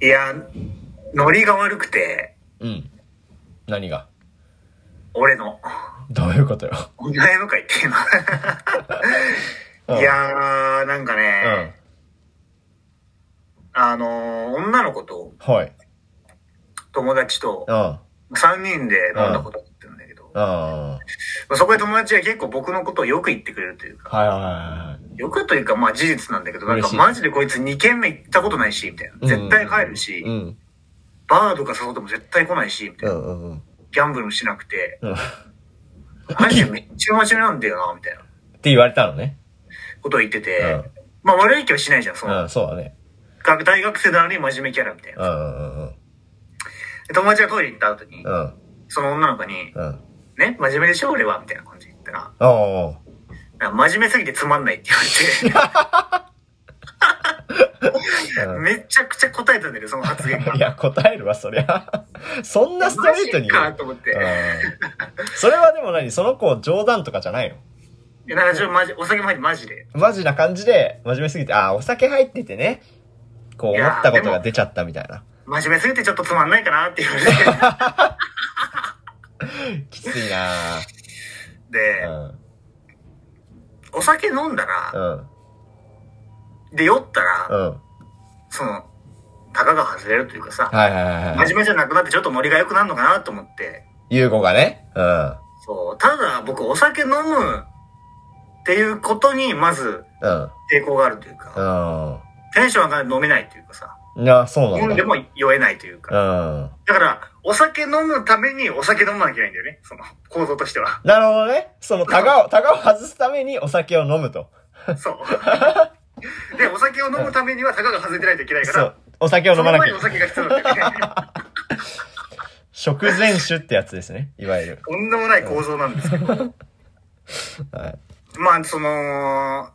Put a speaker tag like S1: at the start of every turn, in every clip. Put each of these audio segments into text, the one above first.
S1: いや、ノリが悪くて、
S2: うん。何が
S1: 俺の。
S2: どういうことよ。
S1: お前のかいって
S2: うん
S1: 今。いやー、なんか
S2: う
S1: ね、
S2: ん。
S1: あのー、女の子と
S2: はい。
S1: 友達と
S2: うん。
S1: 3人で飲んだことがあってんだけど、
S2: うん。は
S1: そこで友達が結構僕のことをよく言ってくれるという
S2: い
S1: か、
S2: はいはいはい。
S1: よくというかまあ事実なんだけど、なん
S2: 嬉
S1: か
S2: しい
S1: マジでこいつ2軒目行ったことないし、みたいな。絶対帰るし、
S2: うん。
S1: バーとか誘っても絶対来ないし、みたいうな。
S2: んうんうん。
S1: ギャンブルもしなく て、
S2: うん。っ
S1: マジでめっちゃ真面目なんだよな、みたいな
S2: て言われたのね。
S1: ことを言ってて、
S2: うん
S1: まあ悪い気はしないじゃん、その、
S2: うん、そうだね。
S1: 学大学生なのに真面目キャラみたいな。
S2: うんうんうん
S1: で友達がトイレ行った後に
S2: う、ん。
S1: その女の子に、
S2: うん。うん。
S1: ね、真面目でしょ俺は、みたいな感じで言ったら、
S2: おー。
S1: なんか真面目すぎてつまんないって言
S2: う
S1: わ
S2: ん
S1: れて、めちゃくちゃ答えたんだよ、その発言が。
S2: いや、答えるわ、 そりゃ。そんなストレートに
S1: マジかと思って。
S2: うんそれはでも何その子冗談とかじゃないの
S1: でなんかちょっとマジ、お酒前にマジで。
S2: マジな感じで、真面目すぎて、あー、お酒入っててね、こう
S1: い
S2: 思
S1: やー
S2: ったことが出ちゃったみたいな。
S1: 真面目すぎてちょっとつまんないかなって言われて。
S2: きついなー
S1: で、お酒飲んだ
S2: う
S1: ら、
S2: ん。うん。
S1: で酔ったら、
S2: うん。
S1: その、たかが外れるというかさ、
S2: はいはいはいは
S1: 真
S2: い。
S1: 面目じゃなくなってちょっとノリが良くなるのかなと思って。
S2: ゆうこがね。うん。
S1: そう。ただ僕お酒飲むっていうことにまず
S2: うん。
S1: 抵抗があるというか、
S2: う
S1: テンション上がらない飲めないというかさ、
S2: ん。いや、そうな
S1: 飲ん
S2: ん
S1: で
S2: だ。
S1: も酔えないという
S2: う
S1: か。
S2: ん。。
S1: だから、お酒飲むためにお酒飲まなきゃいけないんだよね。その構造としては
S2: なるほどね。その、たがを、たがを外すためにお酒を飲むと。
S1: そう。で、お酒を飲むためにはたかが外れてないといけないか
S2: そ
S1: ら
S2: う、。お酒を
S1: そ
S2: 飲
S1: の
S2: まなき
S1: 前
S2: ゃ
S1: に
S2: い
S1: お
S2: けない。
S1: 酒が必要なんだよね。
S2: 食前酒ってやつですね。いわゆる。
S1: とんでもない構造なんですけど。
S2: はい。
S1: まあ、その、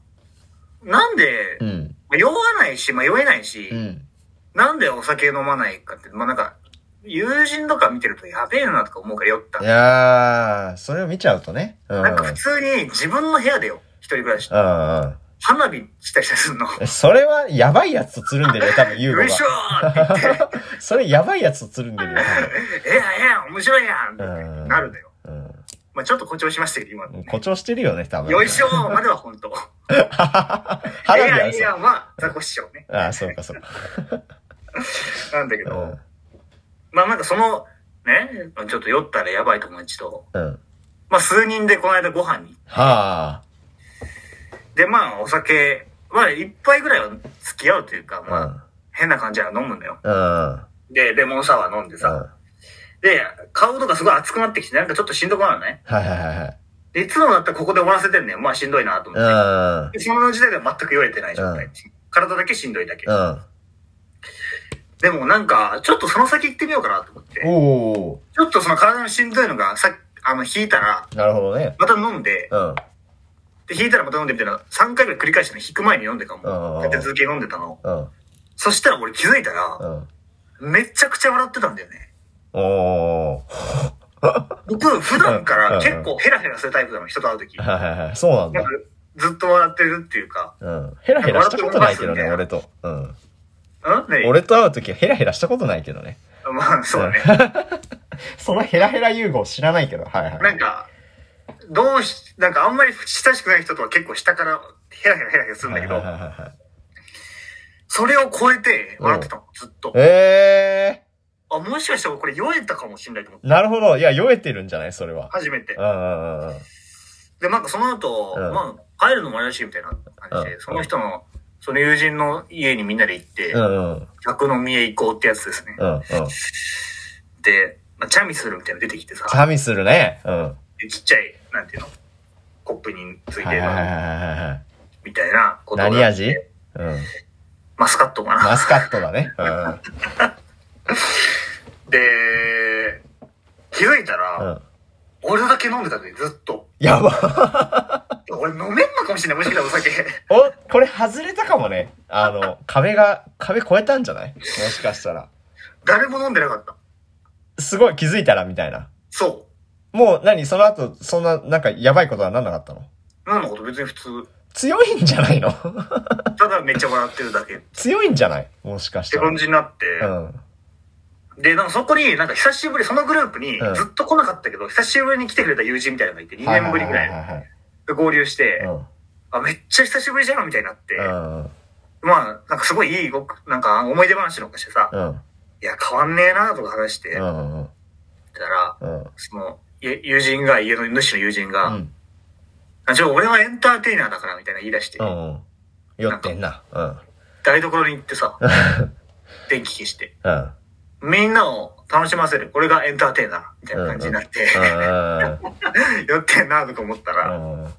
S1: なんで
S2: う、ん。
S1: まあ酔わないし、まあ、酔えないし、
S2: うん。
S1: なんでお酒飲まないかって、まあ、なんか、友人とか見てるとやべえなとか思うから酔った
S2: い。やー、それを見ちゃうとね。うん。
S1: なんか普通に自分の部屋でよ、一人暮らし。
S2: うんうん。
S1: 花火したりするの。
S2: えそれは、やばいやつとつるんでるよ、多分、ユー
S1: よい
S2: ゴ
S1: しょーって言って、
S2: が。それ、やばいやつとつるんでるよ、
S1: ええやんええやん、面白いやんって
S2: 多分。うん
S1: なるのよ。。
S2: う
S1: まあちょっと誇張しましたけど、今の
S2: ん。。誇張してるよね、多分。
S1: よいしょーまでは本当。
S2: 花
S1: ええ
S2: 火
S1: やん
S2: は
S1: ええ
S2: 嘘
S1: や。んはザコシショウね。
S2: ああ、そうか、そうか。
S1: なんだけ
S2: う
S1: ど
S2: ん、。
S1: まあなんかその、ね、ちょっと酔ったらやばい友達と、
S2: うん。
S1: まあ数人でこの間ご飯に。
S2: は
S1: で、まあお酒は一杯ぐらいは付き合うというか、まあ
S2: あ。
S1: 変な感じは飲むのよ。
S2: うん。うん。
S1: で、レモンサワー飲んで
S2: うん。
S1: さ。で、顔とかすごい熱くなってきて、なんかちょっとしんどくなるのね。
S2: はいはいはいはい。
S1: で、いつもだったらここで終わらせてんねん。まあしんどいなと思って。
S2: うん。
S1: でその時代では全く酔えてない状態。
S2: うん
S1: 体だけしんどいだけ。
S2: うん。
S1: でもなんか、ちょっとその先行ってみようかなと思って。
S2: お
S1: ちょっとその体のしんどいのがさあの、引いたら、
S2: ー。なるほどね。
S1: また飲んで、
S2: うん。
S1: で、引いたらまた飲んでみたいな、3回ぐらい繰り返してね、引く前に飲んでたもん。
S2: うん
S1: 立て続けに飲んでたの。
S2: うん。
S1: そしたら俺気づいたら
S2: う、ん。
S1: めちゃくちゃ笑ってたんだよね。
S2: おー。
S1: 僕、普段から
S2: うん
S1: 結構ヘラヘラするタイプなの、人と会うとき。
S2: はいはいはい。そうなん
S1: な
S2: だ
S1: んか。ずっと笑ってるっていうか、
S2: うん。ヘラヘラしたことないけどね、
S1: 笑
S2: 俺と。う
S1: ん
S2: ん。
S1: ね
S2: 俺と会うときはヘラヘラしたことないけどね。
S1: まあそうだね。
S2: そのヘラヘラ融合知らないけど、はいは
S1: ないん。か、どうし、なんかあんまり親しくない人とは結構下からヘラヘラヘラヘラするんだけ
S2: はい
S1: ど
S2: はい、はいはい
S1: それを超えて笑ってたの、ずっと。
S2: え
S1: あ、もしかしたらこれ酔えたかもしれないと思って、
S2: ー、なるほど。いや、酔えてるんじゃないそれは。
S1: 初めて
S2: う。んうんうんうん。
S1: で、なんかその後、
S2: うん
S1: まあ、帰るのもあれらしいみたいな感じ
S2: う
S1: で、
S2: ん
S1: その人の、その友人の家にみんなで行って
S2: う、んうん。
S1: 客飲みへ行こうってやつですね
S2: う。んうん。
S1: で、まあ、チャミスルみたいなの出てきてさ、
S2: チャミするね。うん。は
S1: でちっちゃい、なんていうの、コップについ
S2: い
S1: て
S2: はい
S1: る
S2: はいはいはい。
S1: みたいなことがあって
S2: 何味うん。
S1: マスカットかな。
S2: マスカットだね。うん。
S1: で、気づいた
S2: う
S1: ら、
S2: ん。
S1: 俺だけ飲んでたのにずっと。
S2: やば。
S1: 俺飲めんのかもしれない、もしかしたらお酒。
S2: お、これ外れたかもね。あの、壁が、壁越えたんじゃないもしかしたら。
S1: 誰も飲んでなかった。
S2: すごい気づいたらみたいな。
S1: そ
S2: もう何その後、そんな、なんかやばいことはなんなかったの
S1: う。飲むこと別に普通。
S2: 強いんじゃないの
S1: ただめっちゃ笑ってるだけ。っ
S2: 強いんじゃないもしかしてたら。
S1: 感じになって。
S2: うん。
S1: で、なんかそこに、なんか久しぶり、そのグループに
S2: うん
S1: ずっと来なかったけど、久しぶりに来てくれた友人みたいなのがいて、2年ぶりぐら
S2: はいははい
S1: で合流して、
S2: はい。
S1: あ、めっちゃ久しぶりじゃんみたいになって、
S2: うん。うん
S1: まあ、なんかすごいいいご、なんか思い出話なんかしてさ、
S2: うん。
S1: いや、変わんねえなとか話して、
S2: う
S1: た
S2: ん。うん。
S1: ら、
S2: うん。
S1: その、ゆ友人が、家の主の友人
S2: う
S1: が、
S2: ん。
S1: あちょ、俺はエンターテイナーだからみたいな言い出して、
S2: うん。酔ってんな。うん。
S1: 台所に行って さ、電気消して、
S2: うん。
S1: みんなを楽しませる。俺がエンターテイナーみたいな感じになって、
S2: う
S1: 酔ってんなとか思ったら、
S2: ん。うん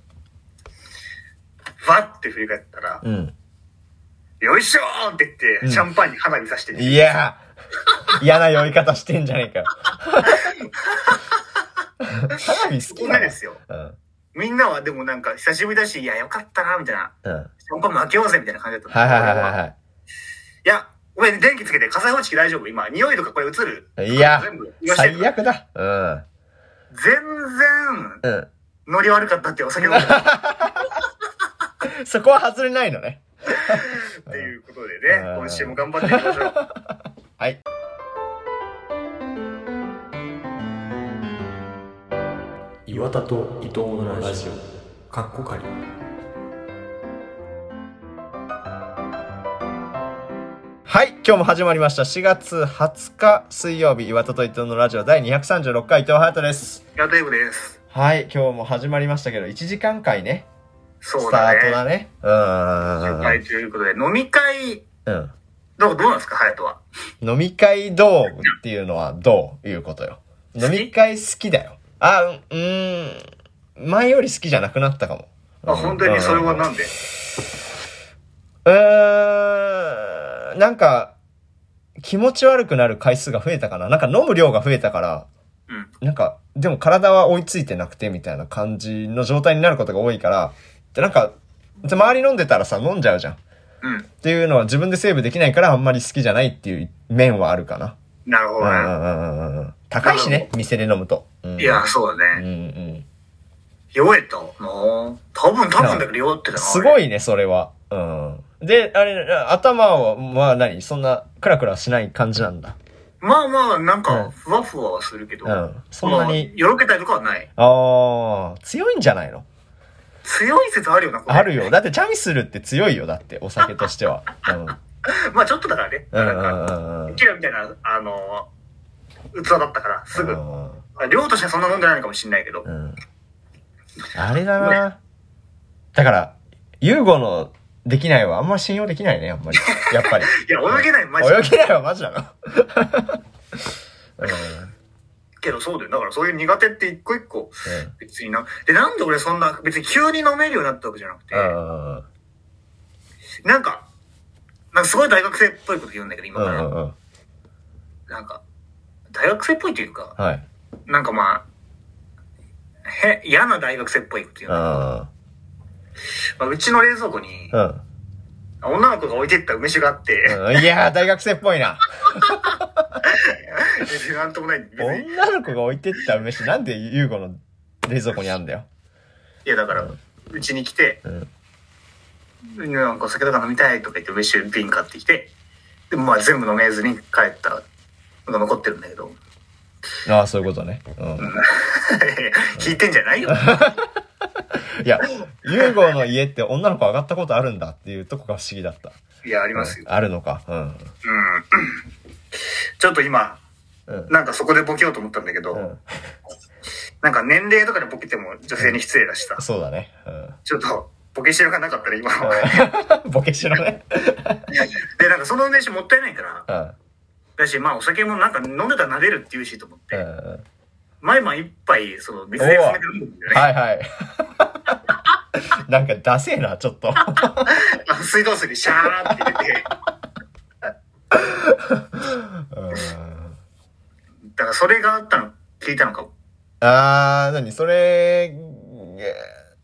S1: バッて振り返ったら、
S2: うん。
S1: よいしょーって言って、
S2: うん
S1: シャンパンに花火さして、
S2: いや嫌な酔い方してんじゃねえかよ。花火好
S1: み
S2: き
S1: ん
S2: な
S1: な
S2: の
S1: ですよ。
S2: うん。
S1: みんなはでもなんか久しぶりだし、いや、よかったな、みたいな。
S2: うん。
S1: シャンパンも開けようぜ、みたいな感じだった。
S2: はいはいはいはいい
S1: いや、ごめん、電気つけて火災報知器大丈夫今、匂いとかこれ映る。
S2: はい。いや
S1: 全部、言わせて
S2: 最悪だ。うん。
S1: 全然、
S2: うん。
S1: ノリ悪かったってお酒飲んでた
S2: そこは外れないのね。
S1: っていうことでね
S2: う、ん
S1: 今週も頑張っていきましょう。
S2: はい。
S3: 岩田と伊藤のラジオかっこかり
S2: はい。今日も始まりました。4月20日水曜日、岩田と伊藤のラジオ第236回、伊藤隼人です。
S1: やテイブです。
S2: はい。今日も始まりましたけど、1時間回ね。
S1: そ
S2: ス
S1: うだ
S2: タート
S1: ね。
S2: だね。うーん。
S1: はい、ということで、飲み会、
S2: うん。
S1: どう、どうなんですか、ハヤトは。
S2: 飲み会道具っていうのはどういうことよ。
S1: 好
S2: 飲
S1: き
S2: み会好きだよ。あ、ううーん。前より好きじゃなくなったかも。
S1: あ、本当にそれはなんで
S2: うーん。なんか、気持ち悪くなる回数が増えたかな。なんか飲む量が増えたから、
S1: うん。
S2: なんか、でも体は追いついてなくてみたいな感じの状態になることが多いから、で、なんか、周り飲んでたらさ、飲んじゃうじゃん。っ
S1: うん。
S2: ていうのは自分でセーブできないからあんまり好きじゃないっていう面はあるかな。
S1: なるほ
S2: う
S1: ど
S2: んう
S1: ね。
S2: んうんうんうん高いしね、店で飲むと。うん
S1: いや、、そう
S2: う
S1: だ
S2: ん
S1: ね。
S2: うん。
S1: 酔えたな多分、多分だけど酔ってたな。
S2: すご
S1: い。
S2: いね、それは。うん。で、あれ、頭は、まあ何そんな、クラクラしない感じなんだ。
S1: まあまあ、なん
S2: うん
S1: か、ふわふわはするけど、
S2: うん。そんなに
S1: まあ、よろけたりとかはない。
S2: ああ、強いんじゃないの
S1: 強い説あるよな、これ
S2: あるよ。。だって、チャミスルって強いよ。だって、お酒としては。うん。
S1: まあ、ちょっとだからね。
S2: うん
S1: な
S2: う
S1: ん
S2: ん
S1: か、
S2: うんうん。
S1: キラみたいな、あの、器だったから、すぐ。あ量としてはそんな飲んでないのかもしれないけど
S2: う。ん。あれだな。だから、ユーゴのできないはあんま信用できないね、あんまり。やっぱり。
S1: いや、泳げない、マジで。
S2: 泳げないはマジ なの。うん
S1: けどそうだよ。だからそういう苦手って一個一個、別にな。で、なんで俺そんな、別に急に飲めるようになったわけじゃなくて、
S2: うん
S1: なんか、なんかすごい大学生っぽいこと言うんだけど、今
S2: う
S1: から。
S2: んうん。
S1: なんか、大学生っぽいというか、
S2: はい。
S1: なんかまあ、へ、嫌な大学生っぽいこと言うんだ
S2: う
S1: けど、まあ、うちの冷蔵庫に、
S2: ん。
S1: 女の子が置いてった梅酒があって、
S2: うん。いやー、大学生っぽいな。
S1: 別になんともない。別に。
S2: 女の子が置いてった梅酒、なんで優ゴの冷蔵庫にあんだよ。
S1: いや、だから、うちに来て、なんかお酒とか飲みたいとか言って梅酒瓶買ってきて、でもまあ全部飲めずに帰ったのが残ってるんだけど、
S2: ああ、そういうことね。うん。
S1: 聞いてんじゃないよ。
S2: いや、優ゴの家って女の子上がったことあるんだっていうとこが不思議だった。
S1: いや、ありますよ。
S2: あるのか。うん。
S1: うん。ちょっと今、
S2: うん
S1: なんかそこでボケようと思ったんだけど、
S2: うん、
S1: なんか年齢とかでボケても女性に失礼だしさ、
S2: そうだね。
S1: ちょっと、ボケしろがなかったら今の。
S2: うん。 ボケしろね。
S1: で、なんかその梅酒もったいないから、
S2: うん。
S1: だし、まあお酒もなんか飲んでたら撫でるって言うしと思っ
S2: う
S1: て、
S2: ん。
S1: 毎晩一杯、その水で詰めて飲んだよね。
S2: はいはい。 なんかダセえな、ちょっと。
S1: あの水道水にシャーって入れて、
S2: うん。
S1: だからそれがあったの、聞いたのかも。
S2: あー、なに、それ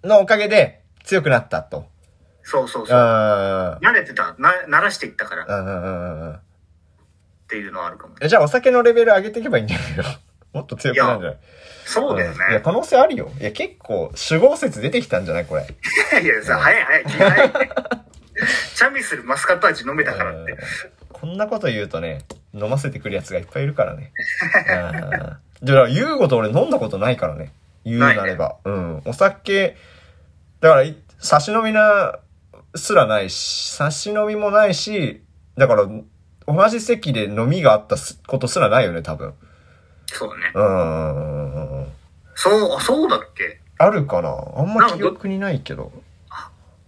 S2: のおかげで強くなったと。
S1: そうそう
S2: う
S1: そう。
S2: ん。うん
S1: 慣れてた、な、慣らしていったからっ
S2: うんうんうん
S1: ていうのはあるかもね。
S2: え。じゃあお酒のレベル上げていけばいいんじゃないの もっと強くなるんじゃない
S1: そうだよ
S2: んい や、
S1: ね。
S2: 可能性あるよ。いや、結構、主語説出てきたんじゃないこれ。
S1: いや、さ、早い早い。気が早い。 チャミスルマスカット味飲めたからって。
S2: こんなこと言うとね、飲ませてくるやつがいっぱいいるからね。うんで、だから、優吾と俺飲んだことないからね。言うなれば。うん。お酒、だからい、差し飲みな、すらないし、差し飲みもないし、だから、同じ席で飲みがあったすことすらないよね、多分。
S1: そうだね。
S2: うんうんうんうんうん。
S1: そう、あそうだっけ
S2: あるかなあんま記憶にないけど。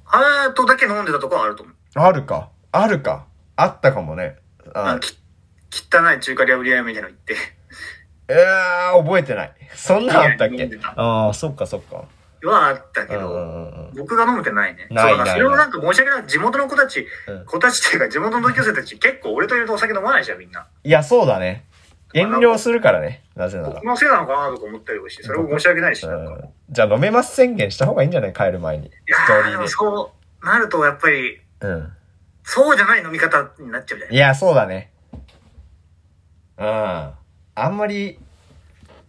S1: ハートだけ飲んでたとこはあると思う。
S2: あるか。あるか。あったかもね。
S1: あ
S2: あ
S1: き汚い中華料理屋みたいなの行って。
S2: えー、覚えてない。そんなんあったっ
S1: いや飲
S2: け
S1: んでた
S2: ああ、そっかそっか。
S1: はあった
S2: う
S1: け
S2: んう
S1: ど、
S2: んうん
S1: 僕が飲めてないね。
S2: な
S1: そ
S2: い
S1: うだ
S2: ない
S1: それをなんか申し訳ない。地元の子たち、
S2: うん
S1: 子たちっていうか地元の同級生たち結構俺といるとお酒飲まないじゃん、みんな。
S2: いや、そうだね。遠慮するからね。なぜなら
S1: 僕。のせいなのかなとか思ったりもして、それも申し訳ないし、
S2: う
S1: なんか。
S2: ん、じゃあ飲めます宣言した方がいいんじゃない帰る前に。
S1: いやー、でも
S2: 一
S1: そうなるとやっぱり、
S2: 人で。うん。
S1: そうじゃない飲み方になっちゃうじゃない
S2: いや、そうだね。うん。あんまり、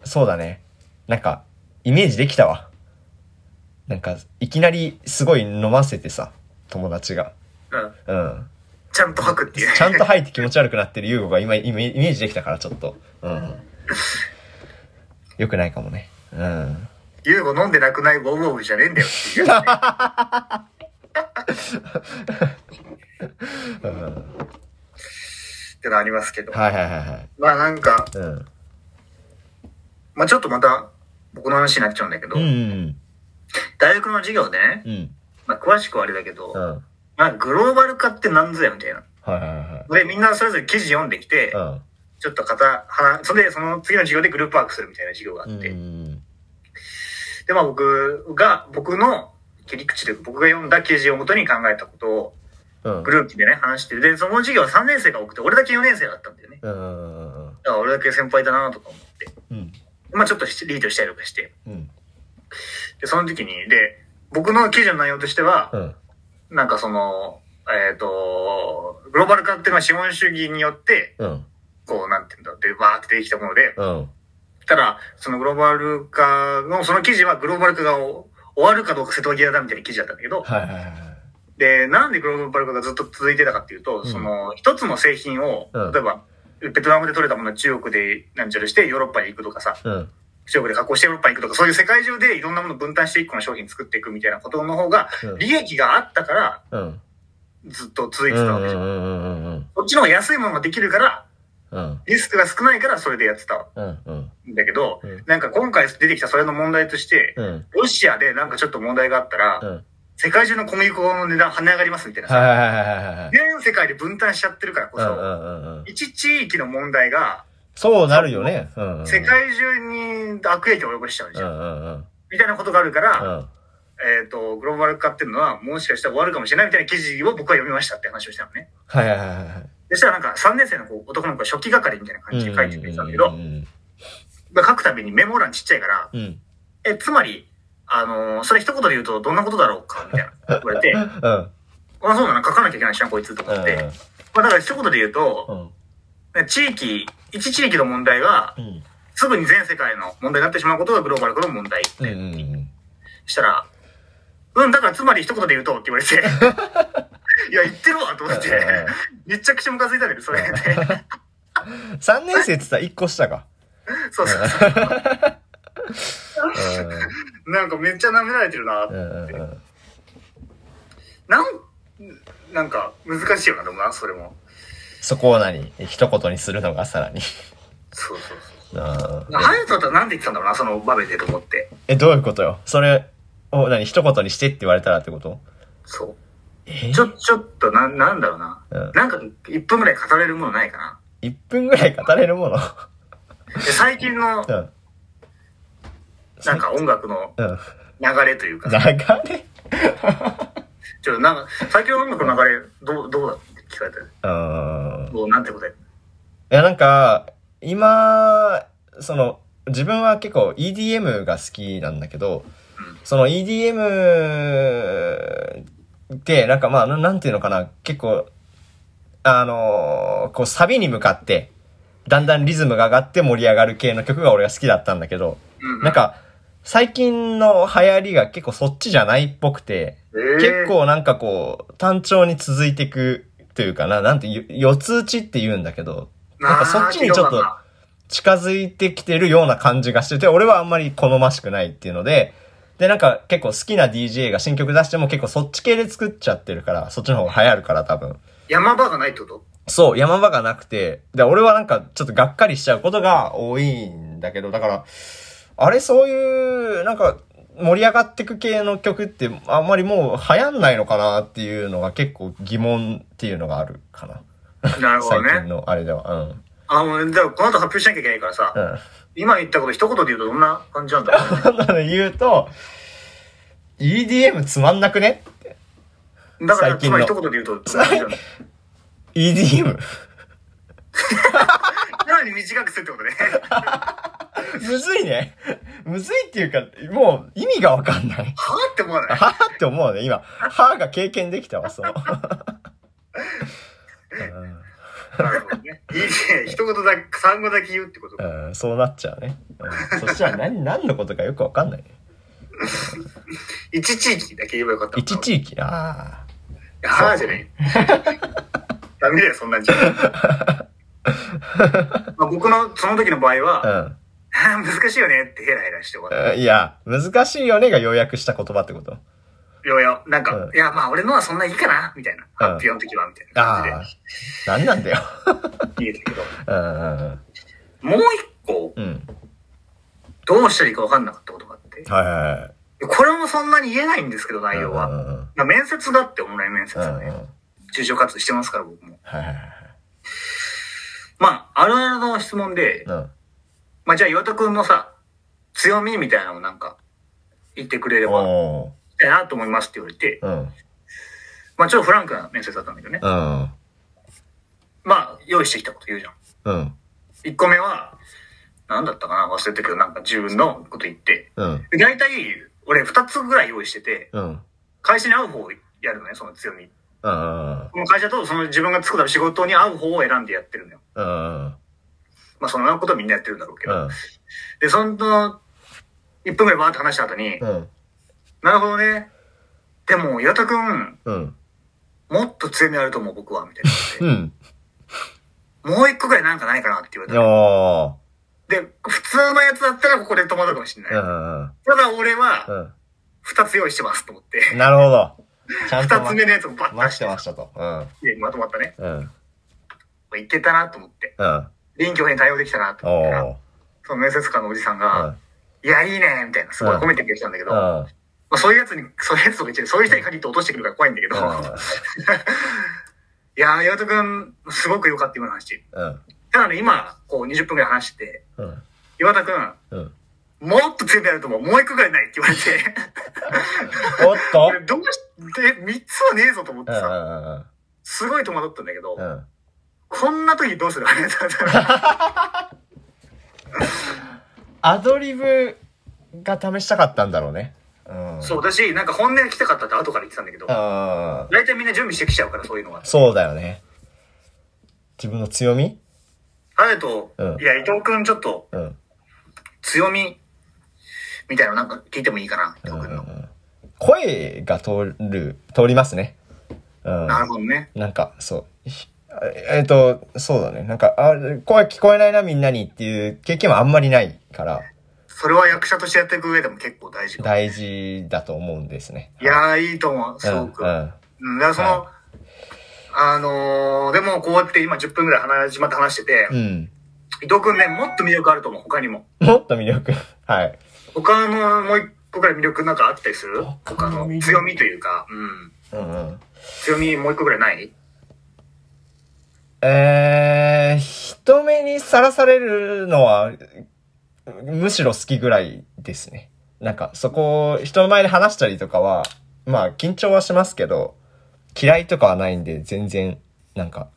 S2: そうだね。なんか、イメージできたわ。なんか、いきなりすごい飲ませてさ、友達が。
S1: うん。
S2: うん。
S1: ちゃんと吐くっていう。
S2: ちゃんと吐いて気持ち悪くなってる優吾が今イメイメージできたからちょっと。うん。よくないかもね。うん。
S1: ユーゴ飲んでなくないウォウウォウじゃねえんだよっていう。
S2: うん
S1: ってのありますけど。
S2: はいはいはいはい。
S1: まあなんか、
S2: うん。
S1: まあちょっとまた僕の話になっちゃうんだけど、
S2: うんうん
S1: 大学の授業でね、
S2: うん。うん。
S1: まあ詳しくはあれだけど、
S2: うん。はい
S1: まあグローバル化って何ぞやみたいな。
S2: はいは
S1: で、みんなそれぞれ記事読んできて
S2: い。、は
S1: ちょっと片、話、それでその次の授業でグループワークするみたいな授業があっ
S2: いうん。
S1: て、
S2: うん。
S1: で、まあ僕が、僕の切り口というか僕が読んだ記事をもとに考えたことを
S2: うん。
S1: グループでね、話してる。で、その授業は3年生が多くて、俺だけ4年生だったんだよね。
S2: うんうんうん
S1: だから俺だけ先輩だなとか思って。
S2: うん。
S1: まあちょっとリードしたりとかして。
S2: うん。
S1: で、その時に、で、僕の記事の内容としては
S2: う、ん。
S1: なんかその、えっ、と、グローバル化っていうのは資本主義によって、
S2: うん。
S1: こう、なんていうんだって、バーって出てきたもので、
S2: うん。
S1: ただ、そのグローバル化の、その記事はグローバル化がお終わるかどうか瀬戸際だみたいな記事だったんだけど、
S2: はいはいはいはい。
S1: で、なんでグローバル化がずっと続いてたかっていうと、
S2: うん
S1: その、一つの製品を、
S2: うん
S1: 例えば、ベトナムで取れたものを中国でなんちゃらしてヨーロッパに行くとかさ、
S2: うん。
S1: 中国で加工してヨーロッパに行くとか、そういう世界中でいろんなものを分担して一個の商品作っていくみたいなことの方が、
S2: うん
S1: 利益があったから、
S2: うん。
S1: ずっと続いて
S2: うん。う
S1: たわ
S2: ん
S1: けじゃん。
S2: うんうんうん。
S1: こっちの方が安いものができるから、
S2: うん。
S1: リスクが少ないからそれでやってた
S2: うん。うん。
S1: んだけど、
S2: うん
S1: なんか今回出てきたそれの問題として、
S2: うん。
S1: ロシアでなんかちょっと問題があったら、
S2: うん。
S1: 世界中の小麦粉の値段跳ね上がりますみたいな
S2: はい
S1: さ、
S2: はいはいはいはいはい。
S1: 全世界で分担しちゃってるからこ
S2: う
S1: そ、
S2: んうんうんうん。
S1: 一地域の問題が
S2: そうなるよね。うんうん。
S1: 世界中に悪影響を及ぼしちゃうじ
S2: う
S1: ゃん、
S2: んうんうん。
S1: みたいなことがあるから、
S2: うん。
S1: えっ、と、グローバル化っていうのは、もしかしたら終わるかもしれないみたいな記事を僕は読みましたって話をしたのね。
S2: はいはいはいはいはい。
S1: そしたらなんか3年生の子男の子が初期係みたいな感じで書いてくれてたんだけど、
S2: うんうん
S1: まあ書くたびにメモ欄ちっちゃいから、
S2: うんうん。
S1: え、つまり、あのーそれ一言で言うとどんなことだろうかみたいな言われて、あ、
S2: うん。
S1: そうだな、書かなきゃいけないしな、こいつと思って。まあだから一言で言うと、地域、一地域の問題が、すぐに全世界の問題になってしまうことがグローバル化の問題。したら、うん、だからつまり一言で言うとって言わ れて、いや、言ってるわと思って、めちゃくちゃムカついたんだけど、それで。
S2: 3年生って言ったら1個下か。
S1: そうそうそう。なんかめっちゃ舐められてるな。なん、なんか難しいよな、でもな、それも。
S2: そこを何一言にするのがさらに。
S1: そうそうそう。ハヤトだったらなんで言ってたんだろうな、その場面でと思って。
S2: え、どういうことよそれを何一言にしてって言われたらってこと
S1: そう。
S2: え
S1: ちょ、ちょっと、な、なんだろうな。
S2: うん
S1: なんか、1分ぐらい語れるものないかな。
S2: ?1 分ぐらい語れるもの
S1: で最近の、
S2: うん。
S1: なんか音楽の
S2: うん。
S1: 流れというか、
S2: 流れ
S1: ちょっとなんか、最近の音楽の流れ、どう、どうだって聞かれたら、
S2: うん。
S1: どう、なんてことや。
S2: いや、なんか、今、その、自分は結構 EDM が好きなんだけど、その EDM って、なんかまあ、ななんていうのかな、結構、あのーこうサビに向かって、だんだんリズムが上がって盛り上がる系の曲が俺が好きだったんだけど、
S1: うん
S2: なん、か、最近の流行りが結構そっちじゃないっぽくて、結
S1: 結、
S2: 構なんかこう、単調に続いていくというかな、なんてよ、四つ打ちって言うんだけど、なんかそっちにちょっと
S1: あ
S2: 近づいてきてるような感じがしてて、俺はあんまり好ましくないっていうので、で、なんか結構好きな DJ が新曲出しても結構そっち系で作っちゃってるから、そっちの方が流行るから多分。
S1: ー山場がないって こと
S2: そう、山場がなくて、で、俺はなんかちょっとがっかりしちゃうことが多いんだけど、だから、あれそういう、なんか、盛り上がってく系の曲ってあんまりもう流行んないのかなっていうのが結構疑問っていうのがあるかな。
S1: なるほ
S2: 最
S1: ど
S2: 近
S1: ね。
S2: のあれでは。うん。
S1: あの、じゃあこの後発表しなきゃいけないからさ、
S2: うん。
S1: 今言ったこと一言で言うとどんな感じなん だろうね。
S2: なので言うと、EDM つまんなくね
S1: だから、
S2: 最近
S1: つ
S2: の
S1: まり一言で言うとどんな感じな んだろう、
S2: ?EDM?
S1: さらに短くするってことね。
S2: むずいね。むずいっていうか、もう意味がわかんない。
S1: はぁって思わない
S2: はぁって思うね、今。はぁが経験できたわ、そう。
S1: なるほどね。いいね。一言だけ、三語だけ言うってこと
S2: う
S1: か。
S2: ん、うんそうなっちゃうね。うん、そしたら何、何のことかよくわかんないね。
S1: 一地域だけ言えばよかったのか。
S2: 一地域、ああ。
S1: いやはぁじゃない。ダメだよ、そんなん じゃ。まあ僕のその時の場合は、
S2: うん
S1: あー 難しいよねってヘラヘラして終わる。
S2: うん。いや、難しいよねが要約した言葉ってこと。
S1: いやいや、なんか、
S2: うん
S1: いや、まあ俺のはそんないいかな、みたいな。発表の時は、みたいな
S2: あ
S1: 感
S2: あ。何なんだよ。
S1: じで言えたけど。
S2: うんうん
S1: もう一個、
S2: うん。うん。
S1: どうしたらいいか分かんなかったことがあって。
S2: はいはいはい。
S1: これもそんなに言えないんですけど、内容は。
S2: うんうんうん
S1: まあ面接だって、オンライン面接
S2: うん
S1: は
S2: うん。
S1: ね。中小活動してますから、僕も。
S2: はいはいはい。
S1: まあ、あるあるの質問で、
S2: うん。
S1: まあじゃあ岩田くんのさ、強みみたいなのをなんか、言ってくれれば、
S2: おー
S1: いいなと思いますって言われて、
S2: うん。
S1: まあちょっとフランクな面接だったんだけどね。
S2: うん。
S1: まあ、用意してきたこと言うじゃん。
S2: うん。
S1: 1個目は、なんだったかな忘れたけど、なんか自分のこと言って。
S2: うん。
S1: で大体、俺2つぐらい用意してて、
S2: うん。
S1: 会社に合う方をやるのね、その強み。
S2: うん。
S1: この会社とその自分が作った仕事に合う方を選んでやってるのよ。
S2: うん。
S1: まあそんなことはみんなやってるんだろうけ
S2: う
S1: ど。
S2: ん。
S1: で、その、1分ぐらいバーって話した後に、
S2: うん。
S1: なるほどね。でも、岩田くん、
S2: うん。
S1: もっと強みあると思う、僕は、みたいな。
S2: うん。
S1: もう一個ぐらいなんかないかなって言われた。
S2: お
S1: で、普通のやつだったらここで止まるかもしれない。
S2: ー。
S1: ただ俺
S2: う
S1: は、
S2: ん。
S1: 二つ用意してますと思って、
S2: うん。なるほど。ちゃんと
S1: 二つ
S2: ま
S1: 目のやつをバッと出
S2: 待
S1: し
S2: して
S1: て、
S2: ましたと。うん。
S1: きれいにまとまったね。
S2: うん。
S1: いけたなと思って。
S2: うん。
S1: 臨機応変に対応できたなと思
S2: お
S1: っ
S2: ー
S1: て、。その面接官のおじさん
S2: うん
S1: が、。いや、いいねみたいな、すごい
S2: うん
S1: 褒めてくれてたんだけど、
S2: う
S1: ま
S2: ん。
S1: あそういうやつに、そういうやつとか言って、そういう人に限って落としてくるから怖いんだけど、いや、岩田くん、すごく良かった今の話。
S2: うん。
S1: ただね、今、こう20分ぐらい話してて、
S2: うん。
S1: 岩田くん、
S2: うん。
S1: もっと強みあると思う。もう一個ぐらいないって言われて。
S2: おっ と
S1: 俺どうして、三つはねえぞと思って
S2: うん。う
S1: さ、
S2: ん。
S1: すごい戸惑ったんだけど
S2: う、ん。
S1: こんな時どうするあれだったら。
S2: アドリブが試したかったんだろうね。うん。
S1: そう、だし、なんか本音が来たかったって後から言ってたんだけど、
S2: うん。
S1: 大体みんな準備してきちゃうから、そういうのは。
S2: そうだよね。自分の強み
S1: あれと
S2: うん、
S1: いや、伊藤くんちょっと
S2: うん。
S1: 強み、みたいなのなんか聞いてもいいかな、伊
S2: う
S1: 藤
S2: んう
S1: く
S2: ん
S1: んの。
S2: うん声が通る、通りますね。うん。
S1: なるほどね。
S2: なんか、そう。ひあえっ、と、そうだね。なんか、あ、声聞こえないな、みんなにっていう経験はあんまりないから、
S1: それは役者としてやっていく上でも結構大事。
S2: 大事だと思うんですね。
S1: いやー、いいと思う、す
S2: うん、
S1: ご
S2: うん。
S1: く。うん、だからその、あのー、でもこうやって今10分ぐらい話、また話してて
S2: う、ん。
S1: 伊藤くんね、もっと魅力あると思う、他にも。
S2: もっと魅力。 はい。
S1: 他のもう一個ぐらい魅力なんかあったりする
S2: 他
S1: 他
S2: の
S1: の
S2: 魅力
S1: 強みというか、うん。
S2: うんうん。
S1: 強みもう一個ぐらいない
S2: えー、人目にさらされるのは、むしろ好きぐらいですね。なんか、そこを人の前で話したりとかは、まあ、緊張はしますけど、嫌いとかはないんで、全然、なんか、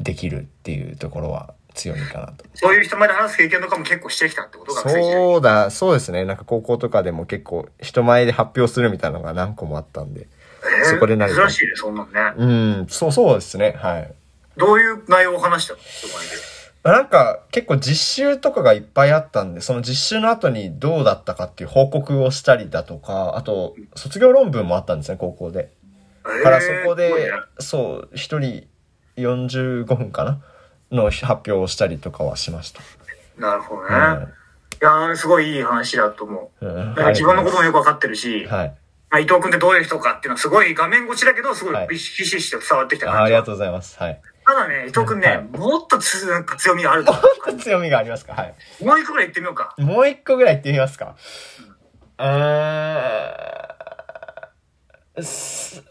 S2: できるっていうところは強みかなと。
S1: そういう人前で話す経験とかも結構してきたってこと学生時代。
S2: そうだ、そうですね。なんか高校とかでも結構、人前で発表するみたいなのが何個もあったんで。
S1: えー
S2: そこで何か
S1: 珍しいね、そんなんね。
S2: うん、そう、そうですね。はい。
S1: どういう内容を話したの人前で。
S2: なんか結構実習とかがいっぱいあったんで、その実習の後にどうだったかっていう報告をしたりだとか、あと卒業論文もあったんですね、高校で。
S1: え
S2: からそこで、
S1: すごいな
S2: そう、一人45分かなの発表をしたりとかはしました。
S1: なるほどね。
S2: はい
S1: いやーすごいいい話だと思
S2: うん
S1: う。だから自分のこともよくわかってるし、
S2: はい。
S1: まあ、伊藤君ってどういう人かっていうのはすごい画面越しだけど、すご
S2: はい
S1: いひしひしと伝わってきた
S2: あ
S1: 感
S2: あ
S1: じ
S2: り。がとうございます。はい。
S1: ただね、伊藤君ね、
S2: はい
S1: もっとつなんか強みが あると思
S2: 強みがありますかはい。
S1: う。もう一個ぐらい言ってみようか。
S2: もう一個ぐらい言ってみますか。あーす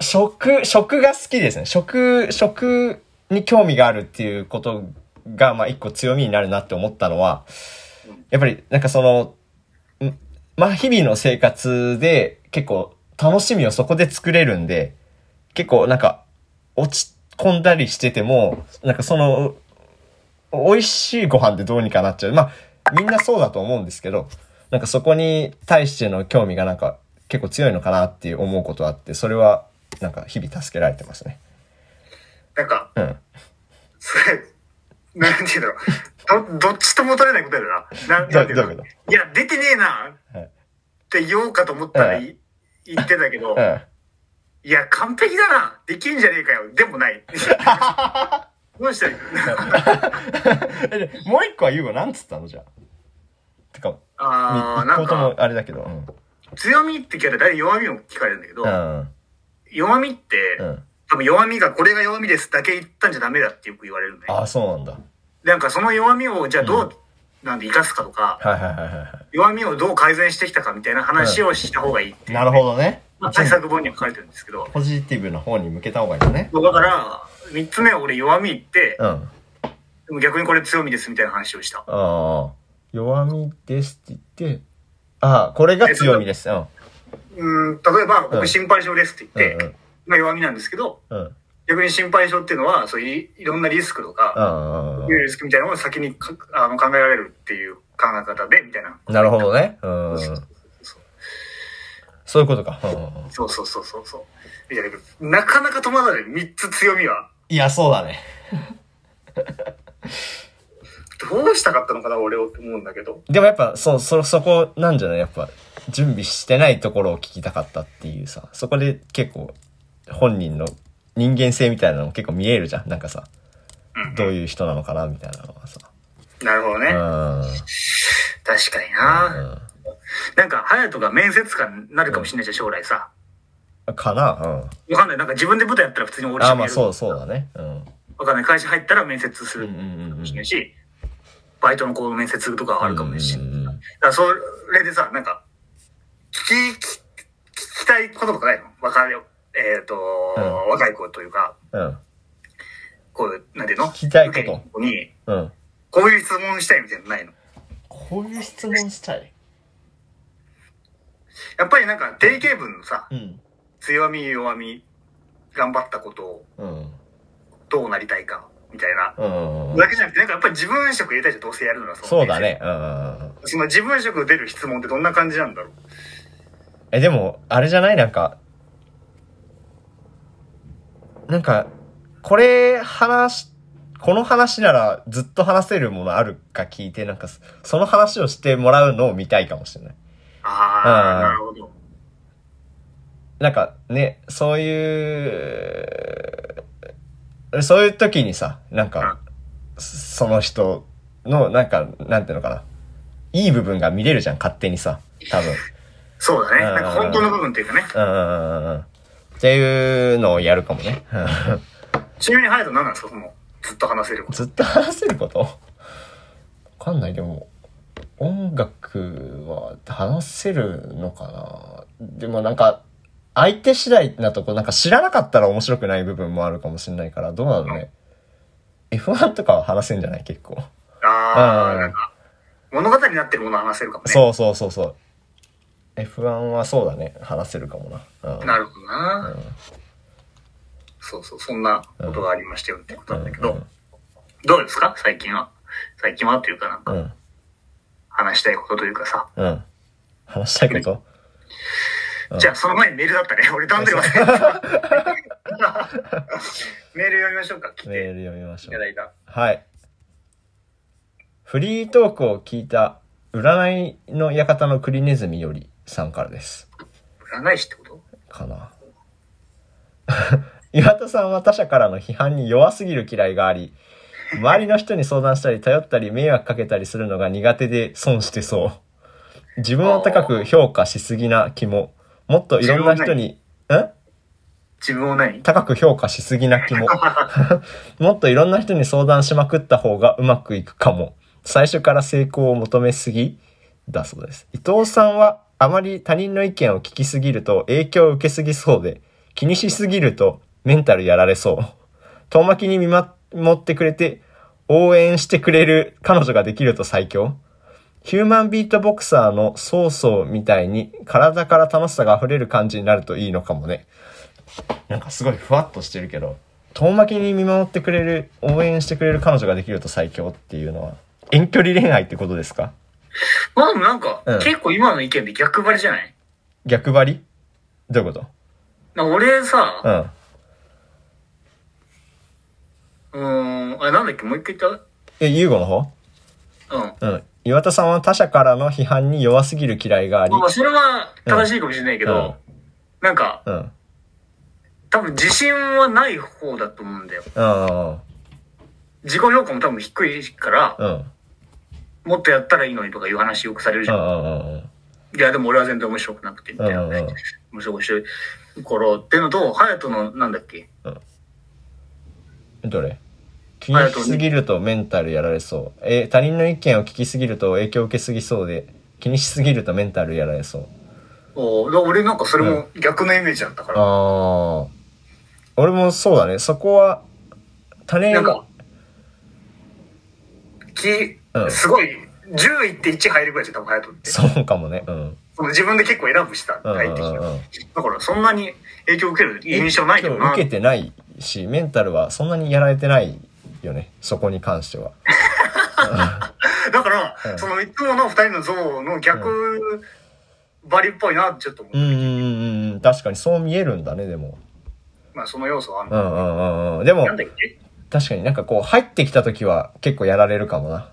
S2: 食、食が好きですね。食、食に興味があるっていうことが、まあ一個強みになるなって思ったのは、やっぱりなんかその、んまあ日々の生活で結構楽しみをそこで作れるんで、結構なんか落ち込んだりしてても、なんかその美味しいご飯でどうにかなっちゃう。まあ、みんなそうだと思うんですけど、なんかそこに対しての興味がなんか結構強いのかなっていう思うことあって、それはなんか日々助けられてますね。
S1: なんか、
S2: うん。
S1: それ、なんていうの、ど、どっちとも取れないことやろな。ななんていう
S2: ど
S1: の
S2: ういうこ
S1: いや、出てねえな
S2: はい
S1: って言おうかと思ったらい、
S2: は
S1: 言ってたけど、
S2: うん。
S1: いや、完璧だなできんじゃねえかよでも ない。どうしたらいい
S2: えでもう一個は言うわ。なんつったのじゃあ。てか、み
S1: あー、
S2: 一
S1: なん
S2: 個とも
S1: か、
S2: あれだけど。うん。
S1: 強みって聞かれたら弱みも聞かれるんだけど、
S2: うん。
S1: 弱みって、
S2: うん。
S1: 多分弱みがこれが弱みですだけ言ったんじゃダメだってよく言われるね。
S2: ああ、そうなんだ。
S1: でなんかその弱みをじゃあどう、なんで生かすかとか、
S2: はいはいはいは
S1: 弱みをどう改善してきたかみたいな話をした方がいいって
S2: い。
S1: いう
S2: なるほどね。
S1: まあ、対策本には書いてるんですけど、
S2: ポジティブな方に向けた方がいいよね。
S1: だから、三つ目は俺弱み言って、
S2: うん。あ
S1: でも逆にこれ強みですみたいな話をした。
S2: あ。弱みですって言って、ああ、これが強みです。うん。
S1: うん、例えば、
S2: うん
S1: 僕心配性ですって
S2: うん
S1: 言って、まあ弱みなんですけど、
S2: うんうん。
S1: 逆に心配性っていうのは、そういいろんなリスクとか、
S2: あ
S1: いうリスクみたいなのを先にかあの考えられるっていう考え方で、みたいな。
S2: あ、なるほどね。うん。そういうことか。うんうんうん
S1: そうそうそうそうそう。みたいな。なかなか止まらない。三つ強みは。
S2: いや、そうだね。
S1: どうしたかったのかな、俺をって思うんだけど。
S2: でもやっぱ、そ、そ、そこなんじゃないやっぱ、準備してないところを聞きたかったっていうさ、そこで結構、本人の人間性みたいなのも結構見えるじゃん。なんかさ、どういう人なのかなみたいなのがさ。
S1: なるほどね。
S2: う
S1: 確かにな。
S2: ん。
S1: なんか、隼人が面接官になるかもしれないじゃん、将来さ。
S2: うん。かな
S1: わかんない。なんか自分で舞台やったら普通にオー
S2: う
S1: ディ
S2: ん。
S1: シ
S2: ああ、
S1: ョン
S2: ま
S1: や
S2: あ
S1: る。
S2: そう、そうだね。うん。
S1: わかんない。会社入ったら面接す
S2: う
S1: る
S2: んうん
S1: か
S2: うんうん。
S1: もしれないし、バイトのこう面接とかはあるかもしれないし。
S2: うんうんうん
S1: だからそれでさ、なんか、聞き、聞きたいこととかないの若い、えっ、と、
S2: うん
S1: 若い子というか、
S2: うん。
S1: こう、なんていうの
S2: 聞きたいこと
S1: 受けに行く子に、
S2: うん。
S1: こういう質問したいみたいなのないの
S2: こういう質問したい。
S1: やっぱりなんか、定型文のさ、
S2: うん。
S1: 強み、弱み、頑張ったことを
S2: うん。
S1: どうなりたいか、みたいな。
S2: うん。
S1: だけじゃなくて、なんかやっぱり自分職入れたいじゃんどうせやるならの
S2: そうだね。うんうんうん。
S1: その自分職出る質問ってどんな感じなんだろう
S2: え、でも、あれじゃないなんか、なんか、これ話し、この話ならずっと話せるものあるか聞いて、なんかそ、その話をしてもらうのを見たいかもしれない。
S1: あ
S2: う
S1: あ、
S2: ん
S1: なるほど。
S2: なんかね、そういう、そういう時にさ、なんか、その人の、なんか、なんていうのかな。いい部分が見れるじゃん、勝手にさ。多分。
S1: そうだね。
S2: うん
S1: なんか本当の部分っていうかね。
S2: うんうんうんうん。っていうのをやるかもね。うん
S1: ちなみに隼人何なんですかその、ずっと話せること。
S2: ずっと話せることわかんない。でも、音楽は話せるのかなでもなんか、相手次第なとこ、なんか知らなかったら面白くない部分もあるかもしれないから、どうなのね。F1 とかは話せんじゃない結構。
S1: あ
S2: う
S1: あ、
S2: ん
S1: なんか、物語になってるものを話せるかもね。
S2: そうそうそうそう。F1 はそうだね。話せるかもな。うん。
S1: なるほどな。
S2: うん
S1: そうそう、そんなことがありましたよってことなんだけ
S2: う
S1: ど
S2: ん、
S1: どうですか最近は。最近はっていうかなんか、
S2: うん。
S1: 話したいことというかさ。
S2: うん。話したいことうん
S1: じゃあ、その前にメールだったね。 俺、段取り忘れた。メール読みましょうか。来
S2: メー
S1: て
S2: ル読みまし
S1: い
S2: ょ
S1: た
S2: う。
S1: だいた。
S2: はい。フリートークを聞いた占いの館のクリネズミよりさんからです。
S1: 占い師ってこと
S2: かな。 岩田さんは他者からの批判に弱すぎる嫌いがあり、周りの人に相談したり頼ったり迷惑かけたりするのが苦手で損してそう。自分を高く評価しすぎな気も、もっといろんな人に、ん
S1: 自分を何
S2: 高く評価しすぎな気も。 もっといろんな人に相談しまくった方がうまくいくかも。最初から成功を求めすぎだそうです。伊藤さんはあまり他人の意見を聞きすぎると影響を受けすぎそうで、気にしすぎるとメンタルやられそう。遠巻きに見守ってくれて、応援してくれる彼女ができると最強。ヒューマンビートボクサーのソーソーみたいに体から楽しさが溢れる感じになるといいのかもね。なんかすごいふわっとしてるけど、遠巻きに見守ってくれる、応援してくれる彼女ができると最強っていうのは、遠距離恋愛ってことですか
S1: まあでもなんか、
S2: うん
S1: 結構今の意見で逆張りじゃない
S2: 逆張りどういうこ
S1: なんか俺
S2: とう
S1: さ、
S2: ん。
S1: うーん、あれなんだっけもう一回言っ
S2: え、ユーゴの方
S1: たうん。
S2: うん。岩田さんは他者からの批判に弱すぎる嫌いがあり、
S1: まあそれは正しいかもしれないけど、なんか、
S2: うん。うん。
S1: 多分自信はない方だと思うんだよ。
S2: うん。
S1: 自己評価も多分低いから、
S2: うん。
S1: もっとやったらいいのにとかいう話よくされるじ
S2: う
S1: ゃん。
S2: んうん
S1: いや、でも俺は全然面白くなくて、みたいな。
S2: うんうん
S1: 面白くしてる頃っていうのと、ハヤトの、なんだっけ
S2: うん。どれ気にしすぎるとメンタルやられそう。え、他人の意見を聞きすぎると影響を受けすぎそうで、気にしすぎるとメンタルやられそう。
S1: おー俺なんかそれも逆のイメージだったから。
S2: ああ。俺もそうだね。そこは、他人、
S1: なんか、き、
S2: うん
S1: すごい、10いって1入るぐらいじゃん多分ハヤトって。
S2: そうかもね。うん。
S1: その自分で結構選ぶした、
S2: うんうん
S1: 入ってき
S2: うんうん
S1: た。だからそんなに影響を受ける印象ないけど
S2: 今
S1: な。
S2: 日受けてないし、メンタルはそんなにやられてないよね。そこに関しては。
S1: だから、
S2: うん
S1: そのいつもの二人の像の逆バリっぽいなってちょっと思う。
S2: うんうんうんうん。確かにそう見えるんだね、でも。
S1: まあその要素はある
S2: う。んうんうんうん。でも
S1: な、んだっけ
S2: 確かになんかこう、入ってきた時は結構やられるかもな。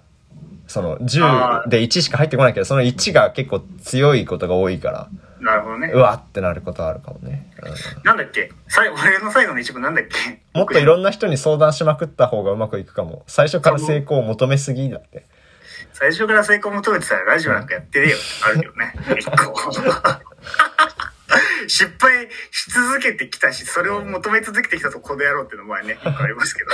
S2: その、
S1: あ
S2: 10
S1: ー
S2: で1しか入ってこないけど、その1が結構強いことが多いから、
S1: なるほどね
S2: う。わってなることはあるかもね。うん
S1: なんだっけ最後、俺の最後の一部なんだっけ
S2: もっといろ
S1: ん
S2: んな人に相談しまくった方がうまくいくかも。最初から成功を求めすぎだって。
S1: 最初から成功求めてたらラジオなんかやってねえよ。あるよね。一個。失敗し続けてきたし、それを求め続けてきたとこの野郎っていうのも前ね、一個ありますけど。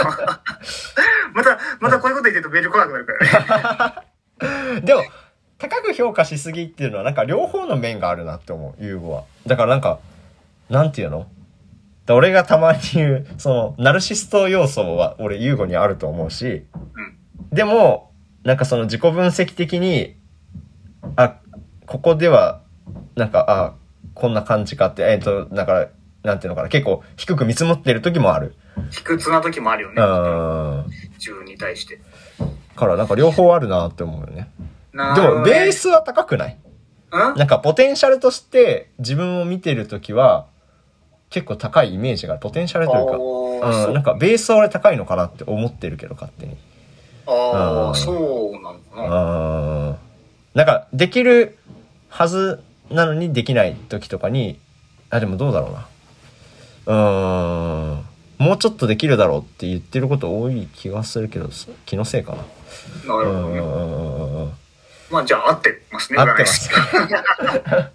S1: また、またこういうこと言ってるとメール来なくなるからね。
S2: でも、高く評価しすぎっていうのはなんか両方の面があるなって思う、ユーゴは。だからなんか、なんていうのだ俺がたまに言う、その、ナルシスト要素は俺ユーゴにあると思うし、でも、なんかその自己分析的に、あ、ここでは、なんか、あ、こんな感じかって、えっ、と、だから、なんていうのかな、結構低く見積もってる時もある。
S1: 卑屈な時もあるよ
S2: う
S1: ね。
S2: ん。
S1: 自分に対して。
S2: からなんか両方あるなって思うよね。
S1: な
S2: で
S1: るほど
S2: も
S1: ね
S2: ベースは高くない
S1: うん
S2: なんかポテンシャルとして自分を見てるときは結構高いイメージがある。ポテンシャルという
S1: あー
S2: か、
S1: そ
S2: うん、
S1: う
S2: なんかベースは俺高いのかなって思ってるけど勝手に。
S1: あ
S2: うん
S1: あ、そうなのか
S2: う
S1: な。
S2: ん。なんかできるはずなのにできないときとかに、あ、でもどうだろうな。うーん。もうちょっとできるだろうって言ってること多い気がするけど、気のせいか
S1: な
S2: な。う
S1: るほ
S2: ん
S1: ど
S2: う
S1: ね。
S2: んうんうんうんうん。
S1: まあじゃあ合ってますね、
S2: 合ってます
S1: 占い師。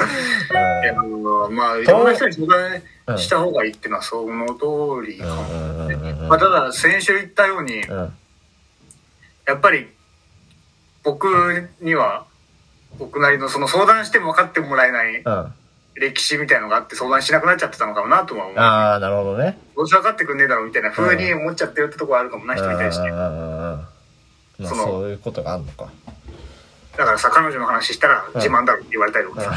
S1: いや
S2: う
S1: まあ、いろんな人に相談した方がいいっていうのはその通りかも。
S2: んうんうんうんうん
S1: まあ、ただ、先週言ったように、
S2: うん
S1: やっぱり、僕には、僕なりのその相談しても分かってもらえない
S2: うん。あ
S1: 歴史みたいのがあって相談しなくなっちゃってたのかもなとは思う。
S2: あー、なるほどね。
S1: どうせ分かってくんねえだろうみたいな風に思っちゃってるってところあるかもな、人に対して
S2: うん。うんうんうんまあ
S1: その
S2: そういうことがあるのか。
S1: だからさ、彼女の話したら自慢だろって言われたりとかさ。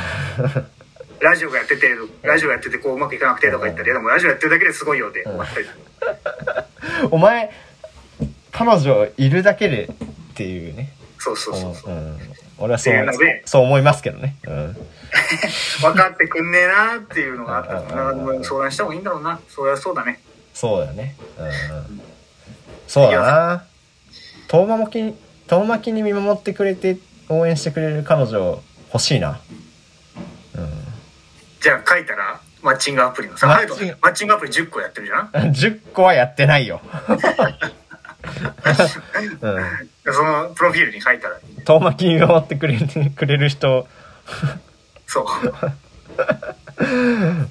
S1: ラジオがやってて、ラジオやっててこううまくいかなくてとか言ったり、いやでもラジオやってるだけですごいよで終わったりとか。
S2: お前、彼女いるだけでっていうね。
S1: そうそうそうそう。
S2: うんうん俺はそ
S1: っ
S2: う
S1: ていうので、
S2: そう思いますけどね。うん。
S1: 分かってくんねえなっていうのがあったか
S2: うんうんうんう
S1: ら
S2: ん
S1: 相談した方がいいんだろうなそりゃそうだね
S2: そうだね。うんうん。そうだな。遠巻きに、遠巻きに見守ってくれて、応援してくれる彼女欲しいな。う
S1: じゃあ書いたらマッチングアプリのさ
S2: マ
S1: マ
S2: ッ
S1: ッ
S2: チング
S1: マッチングアプリ10個やってるじゃん
S2: ん。10個はやってないよ。うん。
S1: そのプロフィールに書いたら
S2: 遠巻きに見守ってくれくれる人
S1: そう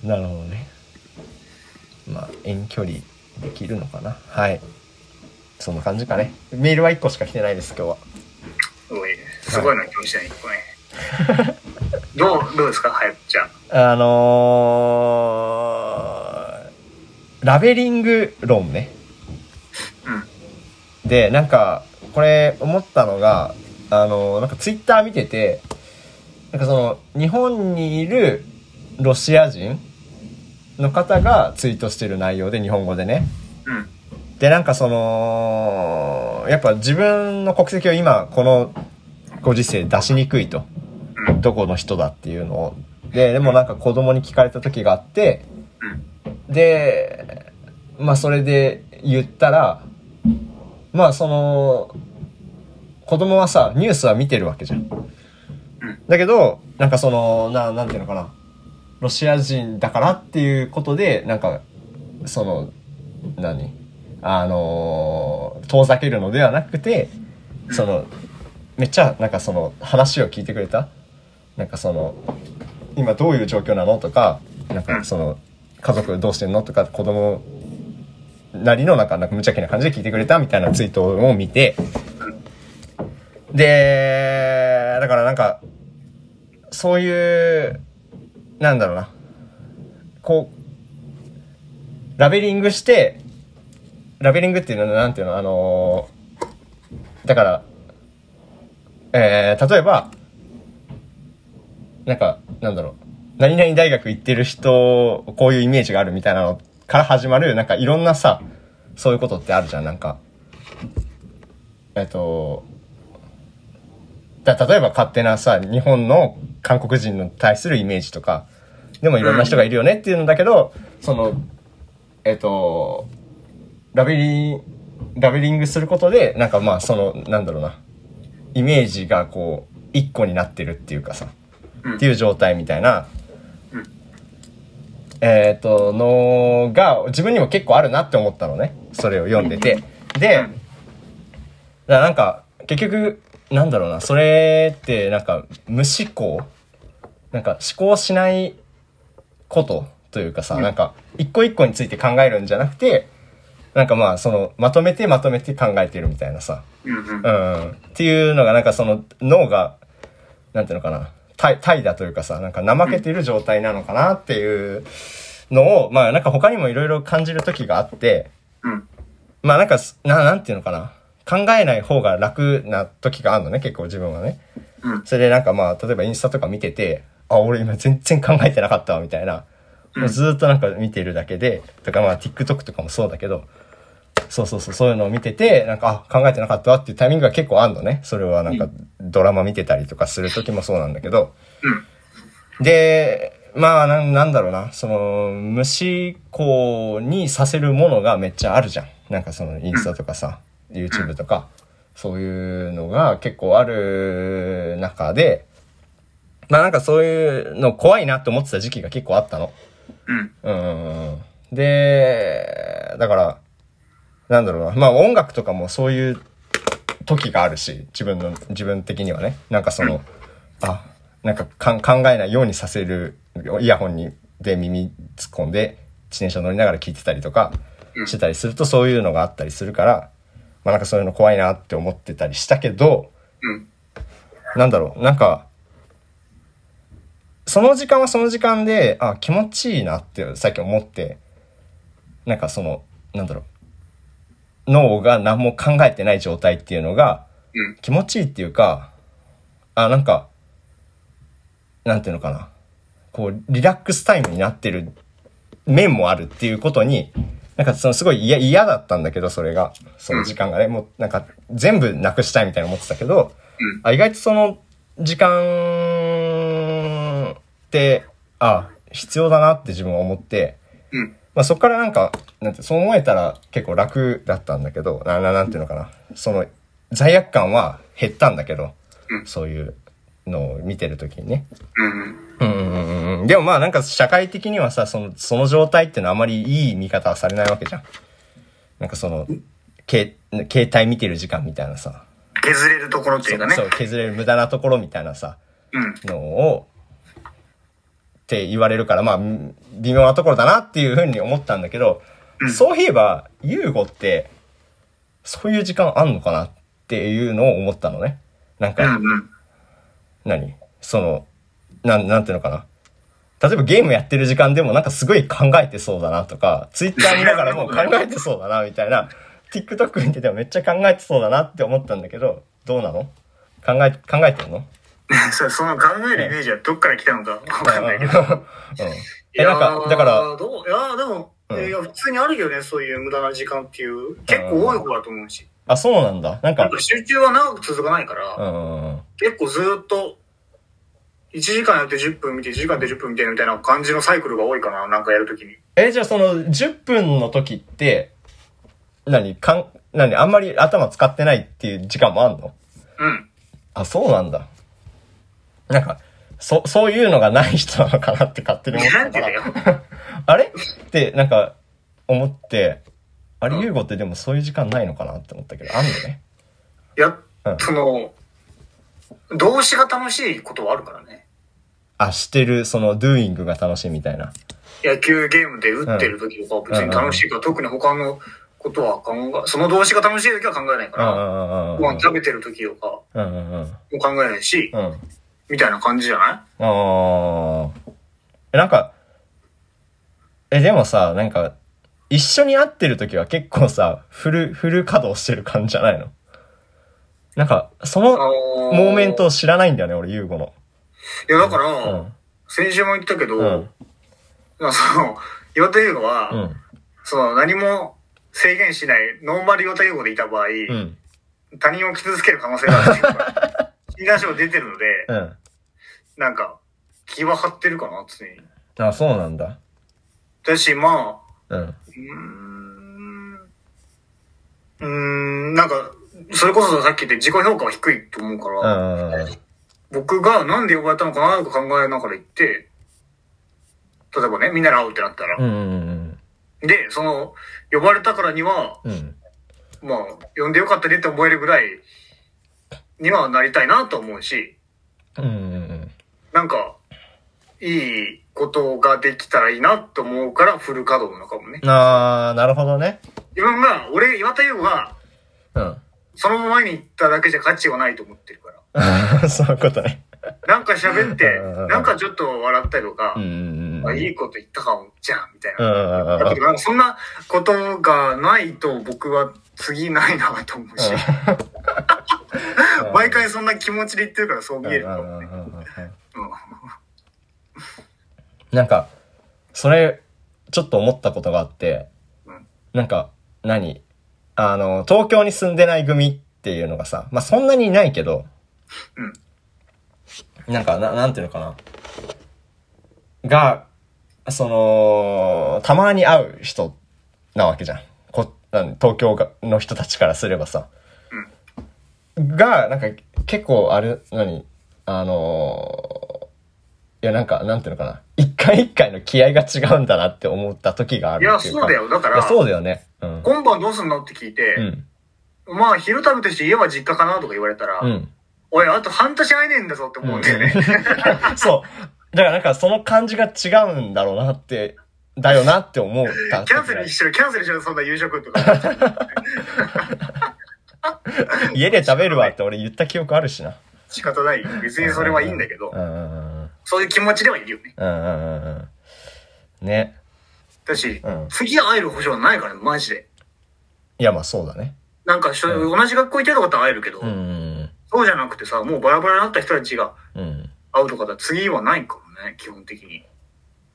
S2: なるほどねまあ遠距離できるのかなはいそんな感じかねメールは1個しか来てないです今日は
S1: すごいすごいの来ましたね1個ねどうどうですか早くじゃあ
S2: あのーラベリング論ね
S1: うん
S2: でなんかこれ思ったのがあのなんかツイッター見ててなんかその日本にいるロシア人の方がツイートしてる内容で日本語でね
S1: うん
S2: でなんかそのやっぱ自分の国籍を今このご時世出しにくいと
S1: うん
S2: どこの人だっていうのをででもなんか子供に聞かれた時があってでまあそれで言ったらまあその子供はさニュースは見てるわけじゃん
S1: ん。
S2: だけどなんかそのななんていうのかなロシア人だからっていうことでなんかその何あのー遠ざけるのではなくてそのめっちゃなんかその話を聞いてくれたなんかその今どういう状況なのとかなんかその家族どうしてんのとか子供なりのなんかなんか無邪気な感じで聞いてくれたみたいなツイートを見てでだからなんかそういうなんだろうなこうラベリングしてラベリングっていうのはなんていうのあのーだからえー、例えば、なんか、なんだろう、何々大学行ってる人、こういうイメージがあるみたいなのから始まる、なんかいろんなさ、そういうことってあるじゃん、なんか。えっと、だ例えば勝手なさ、日本の韓国人に対するイメージとか、でもいろんな人がいるよねっていうんだけど、その、えっと、ラベリン、ラベリングすることで、なんかまあ、その、なんだろうな、イメージがこう一個になってるっていうかさ、
S1: うん
S2: っていう状態みたいな、
S1: うん
S2: えっ、とのが自分にも結構あるなって思ったのねそれを読んでてで、
S1: うん
S2: だからなんか結局なんだろうなそれってなんか無思考なんか思考しないことというかさ、
S1: うん
S2: なんか一個一個について考えるんじゃなくてなんかまあそのまとめてまとめて考えてるみたいなさ、
S1: うんうん
S2: うんっていうのがなんかその脳がなんていうのかな怠怠惰というかさなんか怠けてる状態なのかなっていうのをまあなんか他にもいろいろ感じる時があって
S1: うん
S2: まあなんかすななんていうのかな考えない方が楽な時があるのね結構自分はね
S1: うん
S2: それでなんかまあ例えばインスタとか見ててあ俺今全然考えてなかったわみたいなもうずーっとなんか見てるだけでとかまあ TikTok とかもそうだけどそうそうそう、そういうのを見てて、なんか、あ、考えてなかったわっていうタイミングが結構あんのね。それはなんか、ドラマ見てたりとかする時もそうなんだけど。で、まあなん、なんだろうな、その、無思考にさせるものがめっちゃあるじゃん。なんかその、インスタとかさ、YouTube とか、そういうのが結構ある中で、まあなんかそういうの怖いなって思ってた時期が結構あったの。
S1: うん
S2: うんで、だから、なんだろうな。まあ音楽とかもそういう時があるし、自分の、自分的にはね。なんかその、あ、なんかかん考えないようにさせる、イヤホンに、で耳突っ込んで、自転車乗りながら聞いてたりとかしてたりするとそういうのがあったりするから、まあなんかそういうの怖いなって思ってたりしたけど、
S1: うん
S2: なんだろう、なんか、その時間はその時間で、あ、気持ちいいなってさっき思って、なんかその、なんだろう、脳が何も考えてない状態っていうのが
S1: うん
S2: 気持ちいいっていうか、あ、なんか、なんていうのかな、こう、リラックスタイムになってる面もあるっていうことに、なんかそのすごい嫌嫌だったんだけど、それが、その時間がね、もうなんか全部なくしたいみたいな思ってたけど、
S1: うん
S2: あ意外とその時間って、あ、必要だなって自分は思って、
S1: うん。
S2: まあそこからなんか、なんて、そう思えたら結構楽だったんだけど、な、な、なんていうのかな。その、罪悪感は減ったんだけど、
S1: うん
S2: そういうのを見てるときにね。
S1: うん。
S2: うんうんうんうん。でもまあなんか社会的にはさ、その、その状態ってのはあまりいい見方はされないわけじゃん。なんかその、け携帯見てる時間みたいなさ。
S1: 削れるところっていうかね。
S2: そうう、削れる無駄なところみたいなさ。
S1: ん。
S2: のを、って言われるから、まあ、ん微妙なところだなっていうふうに思ったんだけど、
S1: うん
S2: そういえば、ユーゴって、そういう時間あんのかなっていうのを思ったのね。なん
S1: う
S2: か、
S1: んうん。
S2: 何その、なん、なんていうのかな。例えばゲームやってる時間でもなんかすごい考えてそうだなとか、ツイッター見な がらも考えてそうだなみたいな、TikTok 見ててもめっちゃ考えてそうだなって思ったんだけど、どうなの考え、考えてるの
S1: そうその考えるイメージはどっから来たのかわかんないけど。
S2: うん。え、なんか、だから、、
S1: どういや、でも、
S2: うん
S1: いや、普通にあるよね、そういう無駄な時間っていう。結構多い方だと思うし。
S2: あ、そうなんだ。なん
S1: な
S2: か
S1: んか、集中は長く続かないか
S2: う
S1: ら、
S2: んうんうん。
S1: 結構ずーっと、1時間やって10分見て、1時間やって10分見てみたいな感じのサイクルが多いかな、なんかやるときに。
S2: え、じゃあその、10分の時って、何かん、何あんまり頭使ってないっていう時間もあんの
S1: うん。
S2: あ、そうなんだ。なんか、そ、そういうのがない人なのかなって勝手に思って
S1: なんて
S2: たか
S1: だよ。
S2: ら。あれって、なんか、思って、あれ、ユーゴってでもそういう時間ないのかなって思ったけど、あんのね。
S1: いや
S2: う、ん
S1: その、動詞が楽しいことはあるからね。
S2: あ、してる、その、doing が楽しいみたいな。
S1: 野球ゲームで打ってる時とかは別に楽しいから、特に他のことは考え、その動詞が楽しい時は考えないか
S2: うんう
S1: ら、
S2: んうん
S1: ご飯食べてる時とかも
S2: うん。うんうんうん。
S1: 考えないし、
S2: うん。
S1: みたいな感じじゃな
S2: ああ。え、なんか、え、でもさ、なんか、一緒に会ってる時は結構さ、フル、フル稼働してる感じじゃないのなんか、そ
S1: いあ
S2: の
S1: のー
S2: モーメントを知らないんだよね、俺、ユーゴの。
S1: いや、だから、
S2: うん。
S1: 先週も言ったけど、
S2: うん。
S1: まあその、岩手優吾は、
S2: うん。
S1: その、何も制限しない、ノーマル岩手優吾でいた場合、
S2: うん。
S1: 他人を傷つける可能性があるっていうか、 診断書が出てるので、
S2: うん。
S1: なんか、気は張ってるかな、常に。
S2: あ、そうなんだ。
S1: だし、まあ、
S2: うん。
S1: うーんうーん、なんか、それこそさっき言って自己評価は低いと思うか
S2: う
S1: ら、
S2: んうんうん。
S1: 僕がなんで呼ばれたのかなとか考えながら行って、例えばね、みんなで会うってなったら、
S2: うんうん
S1: で、その、呼ばれたからには、
S2: うん。うん。
S1: まあ、呼んでよかったねって思えるぐらいにはなりたいなと思うし、
S2: うんうん
S1: なんか、いいことができたらいいなと思うから、フル稼働なのかもね
S2: う。ん。あー、なるほどね。
S1: 自分が、俺、岩田優吾が、
S2: うん。
S1: そのままに行っただけじゃ価値はないと思ってるから。
S2: そういうことね。
S1: なんか喋って
S2: うんうんう、ん
S1: なんかちょっと笑ったりとか
S2: うん、うんうん。
S1: あいいこと言ったかも、じゃん、みたい
S2: うんう
S1: な。
S2: んうんうん。
S1: だけどなんかそんなことがないと僕は次ないなと思うし、毎回そんな気持ちで言ってるからそう見えるかもね。
S2: なんか、それ、ちょっと思ったことがあって
S1: うん、
S2: なんか、何あの、東京に住んでない組っていうのがさ、まあ、そんなにいないけど、なんか、な、なんていうのかな。が、その、たまに会う人なわけじゃん。こなん東京がの人たちからすればさ。が、なんか、結構、あれ、何あのーいや、なんか、なんていうのかな。一回一回の気合が違うんだなって思った時があ
S1: い
S2: る
S1: や、
S2: っていうか。
S1: そうだよ。だか
S2: いや
S1: ら、
S2: そうだよね。うん。
S1: 今晩どうすんのって聞いうて、
S2: ん。
S1: まあ、昼食べてして家は実家かなとか言われたら
S2: う、ん。
S1: おい、あと半年会えねえんだぞって思うんだよね。
S2: そう。だからなんかその感じが違うんだろうなって、だよなって思った。
S1: キャンセルしろ、キャンセルしろ、そんな夕食と か。
S2: 家で食べるわって俺言った記憶あるしな。
S1: 仕方ない。別にそれはいいんだけど
S2: う、んうん
S1: そういう気持ちではいるよね。
S2: うんうんうんうんうん。ね。
S1: だし、
S2: うん
S1: 次会える保証はないからね、マジで。
S2: いやまあそうだね。
S1: なんかしょ、
S2: う
S1: 同じ学校行ってることは会えるけど、
S2: うんうん
S1: そうじゃなくてさ、もうバラバラになった人たちが
S2: うんうん。
S1: 会うとかだ次はないからね、基本的に。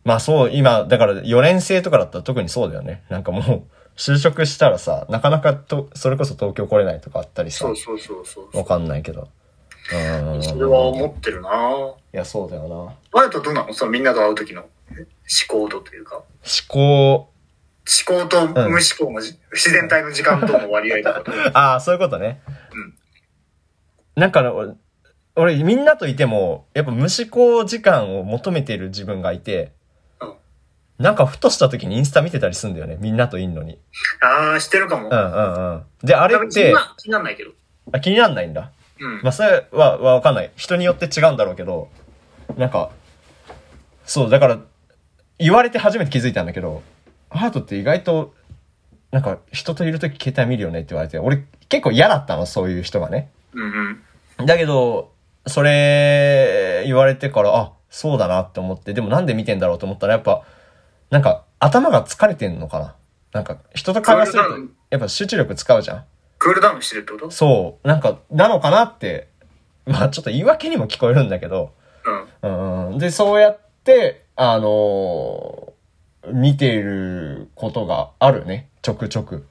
S2: まあそう、今、だから4年生とかだったら特にそうだよね。なんかもう、就職したらさ、なかなかと、それこそ東京来れないとかあったりさ
S1: そう、そうそうそう。
S2: わかんないけど。うん。
S1: それは思ってるなぁ。
S2: いや、そうだよな。思
S1: あれとどうなのそのみんなと会う時の思考度というか。
S2: 考、
S1: 思考と無思考のじ、自然体の時間との割合とか。
S2: ああ、そういうことね。なんかね、俺、俺みんなといても、やっぱ無思考時間を求めてる自分がいて
S1: うん、
S2: なんかふとした時にインスタ見てたりすんだよね。みんなといんのに。
S1: ああ、してるかも。
S2: うんうんうん。で、あれ
S1: 多
S2: っ
S1: 分気に
S2: て、
S1: な気になんないけど。
S2: あ気になんないんだ。
S1: うん。
S2: まあ、それは、はわかんない。人によって違うんだろうけど、なんか、そう、だから、言われて初めて気づいたんだけど、ハートって意外と、なんか、人といるとき携帯見るよねって言われて、俺結構嫌だったの、そういう人がね。
S1: うんうん。
S2: だけど、それ、言われてから、あ、そうだなって思って、でもなんで見てんだろうと思ったら、やっぱ、なんか、頭が疲れてんのかな。なんか、人と会話すると、やっぱ集中力使うじゃん。
S1: クールダウンしてるってこと
S2: そう、なんか、なのかなって、まあちょっと言い訳にも聞こえるんだけど、
S1: うん。
S2: うんうん、で、そうやって、あのー見ていることがあるね。ちょくちょく。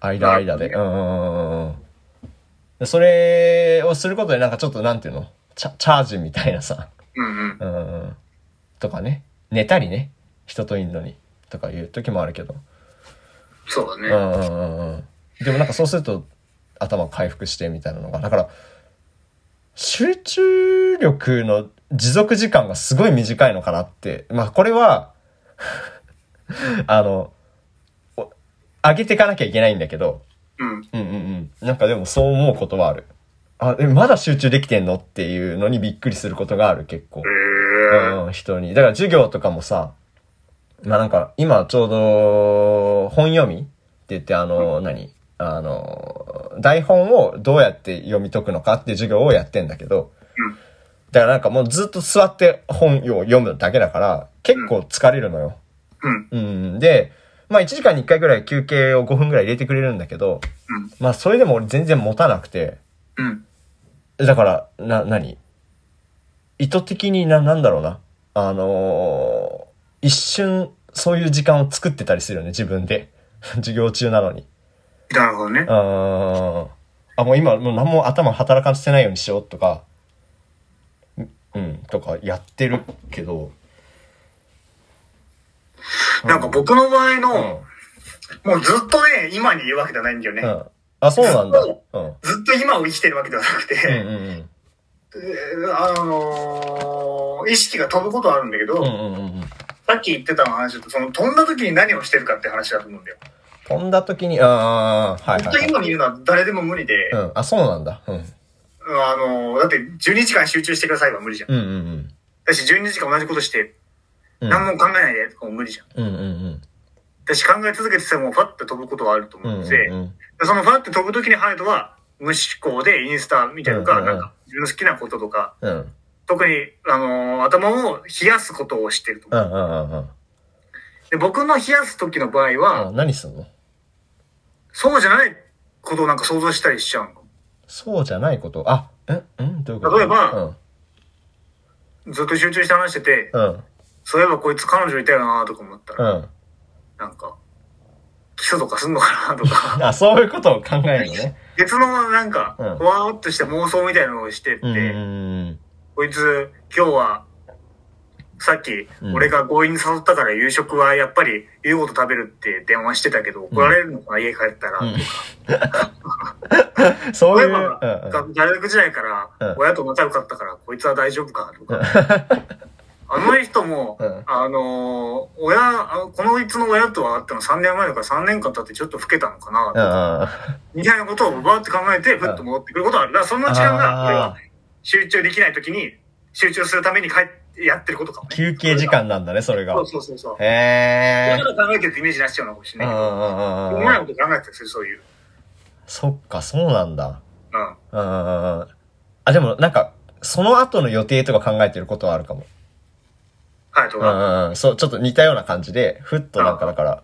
S2: 間間で。
S1: な
S2: うんうんうんうんうんで。それをすることでなんかちょっとなんていうのチャチャージみたいなさ。
S1: うんうん。
S2: うんうんうん。とかね。寝たりね。人といんのに。とかいう時もあるけど。
S1: そうだ
S2: う
S1: ね。
S2: んうんうんうん。でもなんかそうすると頭回復してみたいなのが。だから、集中力の持続時間がすごい短いのかなって。まあこれは、 あの、お上げていかなきゃいけないんだけど、
S1: うん。
S2: うんうんうん。なんかでもそう思うことはある。あ、え、まだ集中できてんのっていうのにびっくりすることがある結構。
S1: へえ。
S2: うん、人に。だから授業とかもさ、まあなんか、今ちょうど、本読みって言って、あの、何あの、台本をどうやって読み解くのかっていう授業をやってんだけど
S1: うん、
S2: だからなんかもうずっと座って本を読むだけだから、結構疲れるのよ。
S1: うん。
S2: うん。で、まあ1時間に1回ぐらい休憩を5分ぐらい入れてくれるんだけど、
S1: うん
S2: まあそれでも俺全然持たなくて、
S1: うん。
S2: だから、な、何意図的にな、なんだろうな。あのー一瞬、そういう時間を作ってたりするよね、自分で。 授業中なのに。
S1: なるほどね
S2: う。ーん。あ、もう今、もう何も頭働かせてないようにしようとか、んうん、とかやってるけど。
S1: なんか僕の場合
S2: うん、
S1: の、もうずっとね、今にいるわけじゃないんだよね
S2: う。ん。あ、そうなんだ。うん。
S1: ずっと今を生きてるわけではなく
S2: うん
S1: て、
S2: うん
S1: えーあのー、意識が飛ぶことはあるんだけど、
S2: うん。うんうんうんうん。
S1: さっき言ってた話だと、その飛んだ時に何をしてるかって話だと思うんだよ。
S2: 飛んだ時に、ああ、はい
S1: ずっ
S2: は
S1: と
S2: い、はい。
S1: 今にいるのは誰でも無理で、
S2: うん。あ、そうなんだ。うん。
S1: あのー、だって12時間集中してくださいは無理じゃん。
S2: うんうんうん。
S1: だし12時間同じことして、
S2: うん
S1: 何も考えないでとかも無理じゃん。
S2: うんうんうん。
S1: だし考え続けててもファッて飛ぶことはあると
S2: うん
S1: 思う
S2: う
S1: ん
S2: ん
S1: で、
S2: うん。
S1: そのファッて飛ぶ時にハヤトは、無思考でインスタみたいなのか、
S2: うんうんう
S1: なんんか自分の好きなこととか、
S2: うん。うん
S1: 特に、あのー頭を冷やすことをしてると思う。
S2: うんうんうん
S1: で僕の冷やす時の場合は、
S2: うん。何すんの
S1: そうじゃないことをなんか想像したりしちゃう
S2: そうじゃないこと。あ、うんうんどういうこと
S1: 例えば、の。ずっと集中して話してて、
S2: うん。うん。
S1: そういえばこいつ彼女いたよなとか思った
S2: う
S1: ら、
S2: ん。
S1: なんか、基礎とかすんのかなとか、
S2: あ、そういうことを考えるのね。
S1: 別のなんか、
S2: うん
S1: ふわーっとした妄想みたいなのをしてって、
S2: うんうん
S1: こいつ今日は、さっき
S2: うん
S1: 俺が強引に誘ったから夕食はやっぱり言うこと食べるって電話してたけど怒られるのかな、家帰ったら。
S2: うんうん。そう
S1: 例
S2: い
S1: え
S2: う、うん
S1: ば、
S2: うん。
S1: 大学時代か
S2: う
S1: ら
S2: ん
S1: 親と仲良かったからこいつは大丈夫かとか。あの人も、
S2: うん
S1: あのー親、あこのいつの親とは会ったの3年前だから3年間経ってちょっと老けたのかなと
S2: うんう
S1: か、
S2: んうん
S1: みたいなことをバーって考えて、ふっと戻ってくることはある。だからその時間が、俺は
S2: あ
S1: 集中できない時に、集中するために帰ってやってることかも、
S2: ー
S1: ね。
S2: 休憩時間なんだね、それが
S1: そ。うそうそうそう。
S2: へ
S1: だ
S2: え
S1: か。ら考えてるってイメージ出しちゃうのかもし
S2: う
S1: れ
S2: んう
S1: ないけ
S2: んうん
S1: ど。う
S2: うん
S1: まいうこと
S2: ん。
S1: 考えてたりする、そういう。
S2: そっか、そうなんだ。
S1: うん。
S2: うんうんうんうん。あ、でもなんか、その後の予定とか考えてることはあるかも。
S1: はい、と
S2: う
S1: か。
S2: んうんうん、そう、ちょっと似たような感じで、ふっとなんかだから、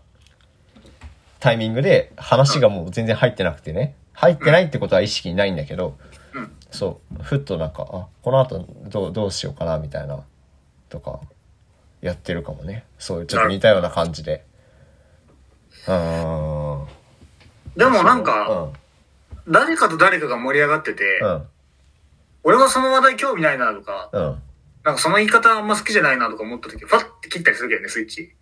S2: タイミングで話がもう全然入ってなくてね。入ってないってことは意識にないんだけど、
S1: うん
S2: そう、ふっとなんか、あ、この後どう、どうしようかな、みたいな、とか、やってるかもね。そういう、ちょっと似たような感じで。うんうんうんうん。
S1: でもなん
S2: う
S1: か、
S2: ん。
S1: 誰かと誰かが盛り上がってて、
S2: うん。
S1: 俺はその話題興味ないなとか、
S2: うん。
S1: なんかその言い方あんま好きじゃないなとか思った時、ファッて切ったりするけどね、スイッチ。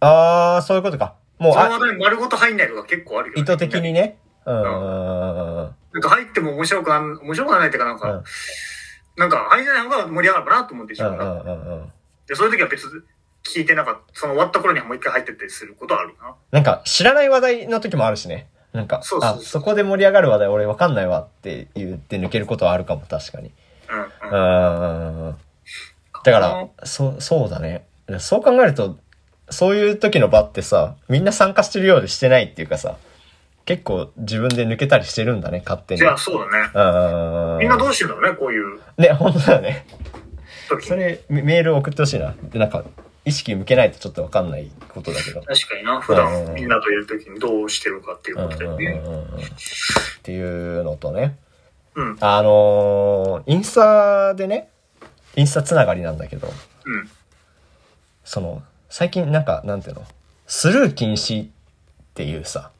S2: あー、そういうことか。もう、
S1: その
S2: あ
S1: 話題に丸ごと入んないとか結構あるけ
S2: 意
S1: ど、
S2: 図的に。ね。うん。うんうん
S1: なんか入っても面白くなん、面白くはないっていうかなんか、
S2: うん
S1: なんか入らない方が盛り上がるかなと思ってしまうな。
S2: うんうんうん。
S1: で、そういう時は別に聞いてなかった、その終わった頃にはもう一回入ってったりすることはあるな。
S2: なんか、知らない話題の時もあるしね。なんか、
S1: そうそう
S2: あ、
S1: そう
S2: そこで盛り上がる話題俺わかんないわって言って抜けることはあるかも、確かに。
S1: うん、うん。
S2: うんうんうんうん。だから、そ、そうだね。そう考えると、そういう時の場ってさ、みんな参加してるようでしてないっていうかさ、結構自分で抜けたりしてるんだね、勝手に。
S1: じゃあそうだね。
S2: うん。
S1: みんなどうしてんだろうね、こういう
S2: ね、本当だよね。
S1: 時。
S2: そ
S1: 確
S2: れ、メメール送ってほしいな。で、なんか、意識向けないとちょっとわかんないことだけど。
S1: かにな、普段みんなといる時にどうしてるかっていうことだよね。
S2: っていうのとね。
S1: うん、うん、
S2: あのーインスタでね、インスタつながりなんだけど、その、最近なんか、なんていうの、スルー禁止っていうさ、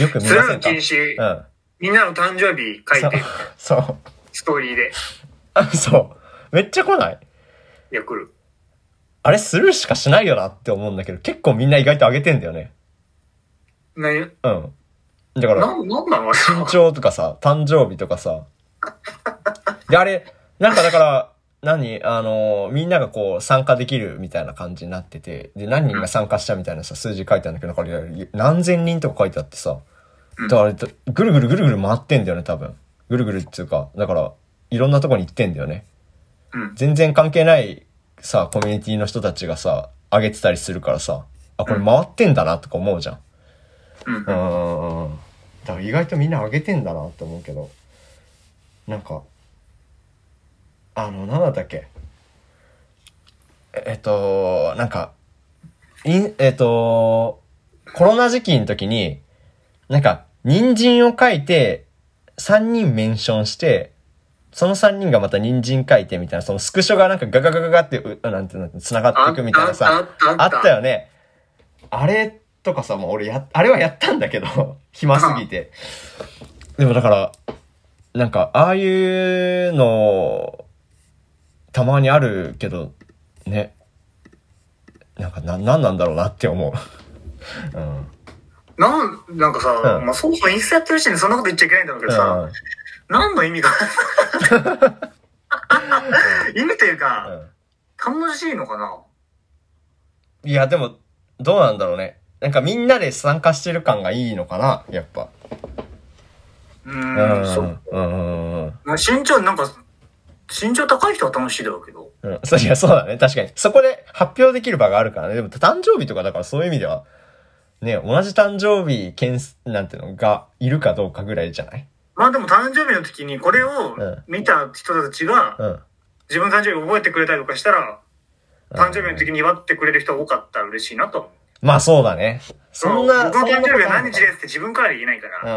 S2: よく見
S1: スル
S2: ませ
S1: ー
S2: んか
S1: 禁止、
S2: うん。
S1: みんなの誕生日書いて、
S2: そう。そう
S1: ストーリーで、
S2: あ。そう。 めっちゃ来ない
S1: いや、来る。
S2: あれスルーしかしないよなって思うんだけど、結構みんな意外と上げてんだよね。
S1: な、
S2: うん。だから、
S1: な、なんなの
S2: 身長とかさ、誕生日とかさ。で、あれ、なんかだから、何あの、みんながこう参加できるみたいな感じになってて、で、何人が参加したみたいなさ、数字書いてあるんだけど、なんか何千人とか書いてあってさ、だからあれ、ぐるぐるぐるぐる回ってんだよね、多分。ぐるぐるっていうか、だから、いろんなとこに行ってんだよね。
S1: うん、
S2: 全然関係ないさ、コミュニティの人たちがさ、上げてたりするからさ、あ、これ回ってんだなとか思うじゃん。
S1: うん
S2: う、んうんうんだから意外とみんな上げてんだなって思うけどなんかあの何だったっけええっとなんかインえっとコロナ時期の時になんか人参を書いて3人メンションしてその3人がまた人参書いてみたいなそのスクショがなんかガガガガガってうなんていうの繋がっていくみたいなさ
S1: あったあった
S2: あ
S1: あ
S2: っ
S1: った
S2: たよね。あれとかさ、もう俺や、あれはやったんだけど、 暇すぎて。でもだから、なんか、ああいうの、たまにあるけど、ね。なんか、な、なんなんだろうなって思う。うん。
S1: なん、なんかさ、
S2: うん
S1: まあ、そうそうインスタやってる人にそんなこと言っちゃいけないんだろうけどさ、
S2: うん
S1: 何の意 味が意味というか、
S2: うん
S1: 楽しいのかない
S2: や、でも、どうなんだろうね。なんかみんなで参加してる感がいいのかな、やっぱ。
S1: う
S2: う
S1: ーん、
S2: ん。
S1: そうう。
S2: んうんうんうん。
S1: まあ身長、なんか、身長高い人は楽しいだろうけど。
S2: うん。 そういや、そうだね。確かに。そこで発表できる場があるからね。でも、誕生日とかだからそういう意味では、ね、同じ誕生日、けんす、なんていうの、が、いるかどうかぐらいじゃない
S1: まあでも誕生日の時にこれを
S2: うん
S1: 見た人たちが
S2: うん。
S1: 自分の誕生日を覚えてくれたりとかしたら、誕生日の時
S2: に。
S1: に祝ってくれる人が多かったら嬉しいなと思う。
S2: まあ、そうだね。そんな、
S1: 僕の
S2: そんな
S1: 誕
S2: こと
S1: 生日は
S2: あ
S1: 何
S2: るの
S1: 日ですって自分から言えないから、
S2: かう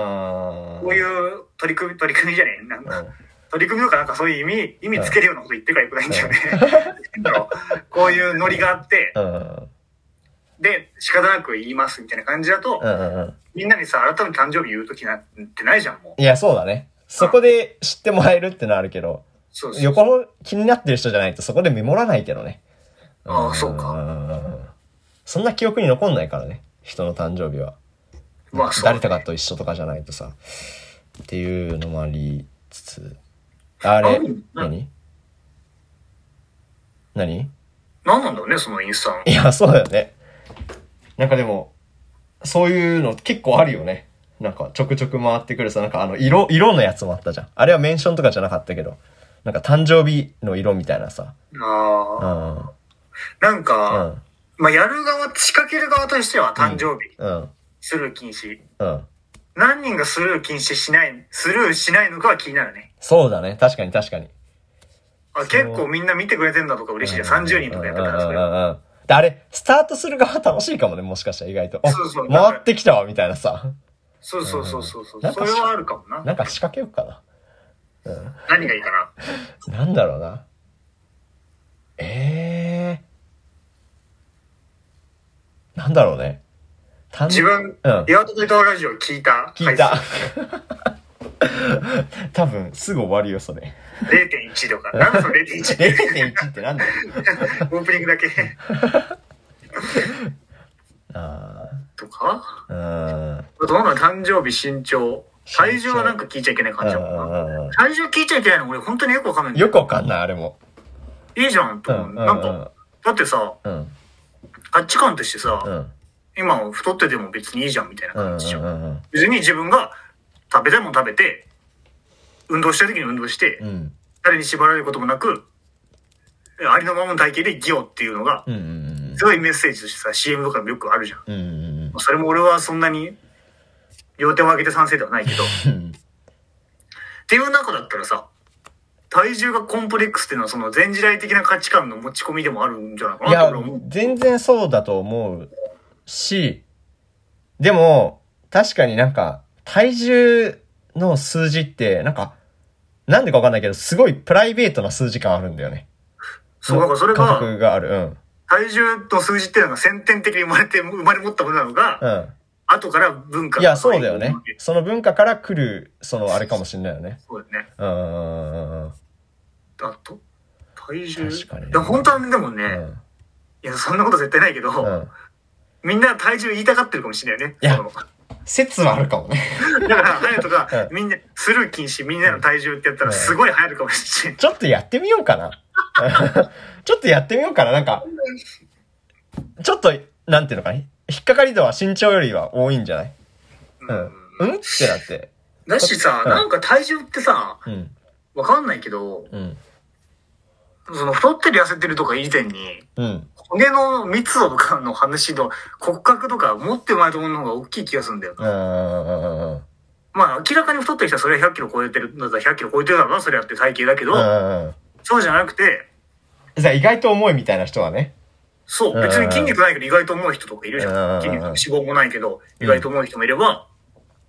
S2: ん。
S1: こういう取り組み、取り組みじゃねえ、なんか、取り組みとかなんかそういう意味、意味つけるようなこと言ってるからよくないんだよね。なんだろうこういうノリがあって、
S2: うん。うん。
S1: で、仕方なく言いますみたいな感じだと
S2: う、んうんうん。
S1: みんなにさ、改めて誕生日言うときなんてないじゃん、もう。
S2: いや、そうだね。そこで知ってもらえるってのはあるけど、
S1: そうそう。
S2: 横の気になってる人じゃないとそこでメモらないけどね。
S1: ああそうか
S2: んうんうんうん。そんな記憶に残んないからね。人の誕生日は。
S1: まあそう。
S2: 誰とかと一緒とかじゃないとさっていうのもありつつあれ
S1: あうん
S2: 何何
S1: 何なんだろうね、そのインスタの
S2: い。やそうだよねなんかでもそういうの結構あるよねなんかちょくちょく回ってくるさなんかあの色色のやつもあったじゃんあれはメンションとかじゃなかったけどなんか誕生日の色みたいなさう
S1: ああ。
S2: んうん
S1: なん
S2: う
S1: か、
S2: ん
S1: まあ、やる側、仕掛ける側としては誕生日、
S2: うん
S1: スルー禁止。
S2: うん
S1: 何人がスルー禁止しない、スルーしないのかは気になるね。
S2: そうだね確かに確かに
S1: あ、結構みんな見てくれてんだとか嬉しいじゃん。30人とかやってたらそれ。
S2: らで、あれ、スタートする側楽しいかもね、もしかしたら意外と。あ
S1: そうそう
S2: 回ってきたわ、みたいなさ。
S1: そうそうそうそうそう。
S2: なん
S1: そ
S2: か
S1: れはあるかもな。
S2: なんか仕掛けようか
S1: 何がいいかな。
S2: な。なんだろうな。ええー。なんだろうね。単
S1: 自分
S2: うん、
S1: 岩戸と伊藤ラジオ聞いた。
S2: 聞いた。多分、すぐ終わるよ、それ。
S1: 0.1とか。なんでその 0.1?
S2: 0.1ってなんだよ。
S1: オープニングだけ。
S2: あ
S1: とか
S2: あ、
S1: どんどん誕生日、身長。体重はなんか聞いちゃいけない感じだもんな。
S2: う
S1: 体重聞いちゃいけないの俺本当によくわかんないん
S2: ん。
S1: だよ
S2: よくわかんない、あれも。
S1: いいじゃんと
S2: うん、
S1: 思
S2: う
S1: う。
S2: ん、
S1: なんか、だってさ、
S2: うん、
S1: 価値観として
S2: う
S1: さ、
S2: ん、
S1: 今太ってても別にいいじゃんみたいな
S2: うん、うん、
S1: 感じじゃん。
S2: うん、
S1: 別に自分が食べたいもん食べて、運動したい時に運動して
S2: う、ん、
S1: 誰に縛られることもなく、ありのままの体型で生きようっていうのが、
S2: うん、うん、
S1: すごいメッセージとしてさ、CM とかでもよくあるじゃん。
S2: うん、うん、
S1: それも俺はそんなに、両手を上げて賛成ではないけど、っていう中だったらさ、体重がコンプレックスっていうのはその前時代的な価値観の持ち込みでもあるんじゃないかな
S2: い
S1: と
S2: や
S1: 俺は思う。、
S2: 全然そうだと思うし、でも、確かになんか、体重の数字って、なんか、なんでかわかんないけど、すごいプライベートな数字感あるんだよね。
S1: そう、だからそれ
S2: 感
S1: が、
S2: 覚がある。うん。
S1: 体重と数字っていうのが先天的に生まれて、生まれ持ったものなのが、
S2: うん。
S1: 後から文化
S2: い
S1: が
S2: や、そうだよね。その文化から来る、そのあれかもしんないよね。
S1: そうだよね。
S2: うんうんうんうん
S1: あと、体重。
S2: 確かにね
S1: いや本当はでもね、
S2: うん。
S1: いや、そんなこと絶対ないけど、
S2: うん。うん。
S1: みんな体重言いたがってるかもしれないよね。
S2: いや
S1: その
S2: 説はあるかもね。
S1: だから、ハヤトが、
S2: う
S1: みんな、スルー禁止、みんなの体重ってやった
S2: う
S1: ら、
S2: ん
S1: すごい流行るかもしれない。
S2: ちょっとやってみようかな。 ちょっとやってみようかな。なんか、ちょっと、なんていうのかな。引っかかり度は身長よりは多いんじゃないうん。うんってなって。
S1: だしさ、
S2: うん
S1: なんか体重ってさ、
S2: うん。
S1: わかんないけど、
S2: うん。
S1: その太ってる痩せてるとか以前に、
S2: うん。
S1: 骨の密度とかの話の骨格とか持ってないと思うのが大きい気がするんだよ
S2: う
S1: な。
S2: んうんうんうんうん。
S1: まあ明らかに太ってる人はそれは100キロ超えてる、だから100キロ超えてるだろうな、それやって体型だけど、
S2: うんうん
S1: そうじゃなくて、
S2: うん。さ意外と重いみたいな人はね。
S1: そうう、
S2: ん
S1: 別に筋肉ないけど意外と重い人とかいるじ
S2: うん
S1: ゃん。筋肉とか脂肪もないけど、
S2: うん
S1: 意外と重い人もいれば、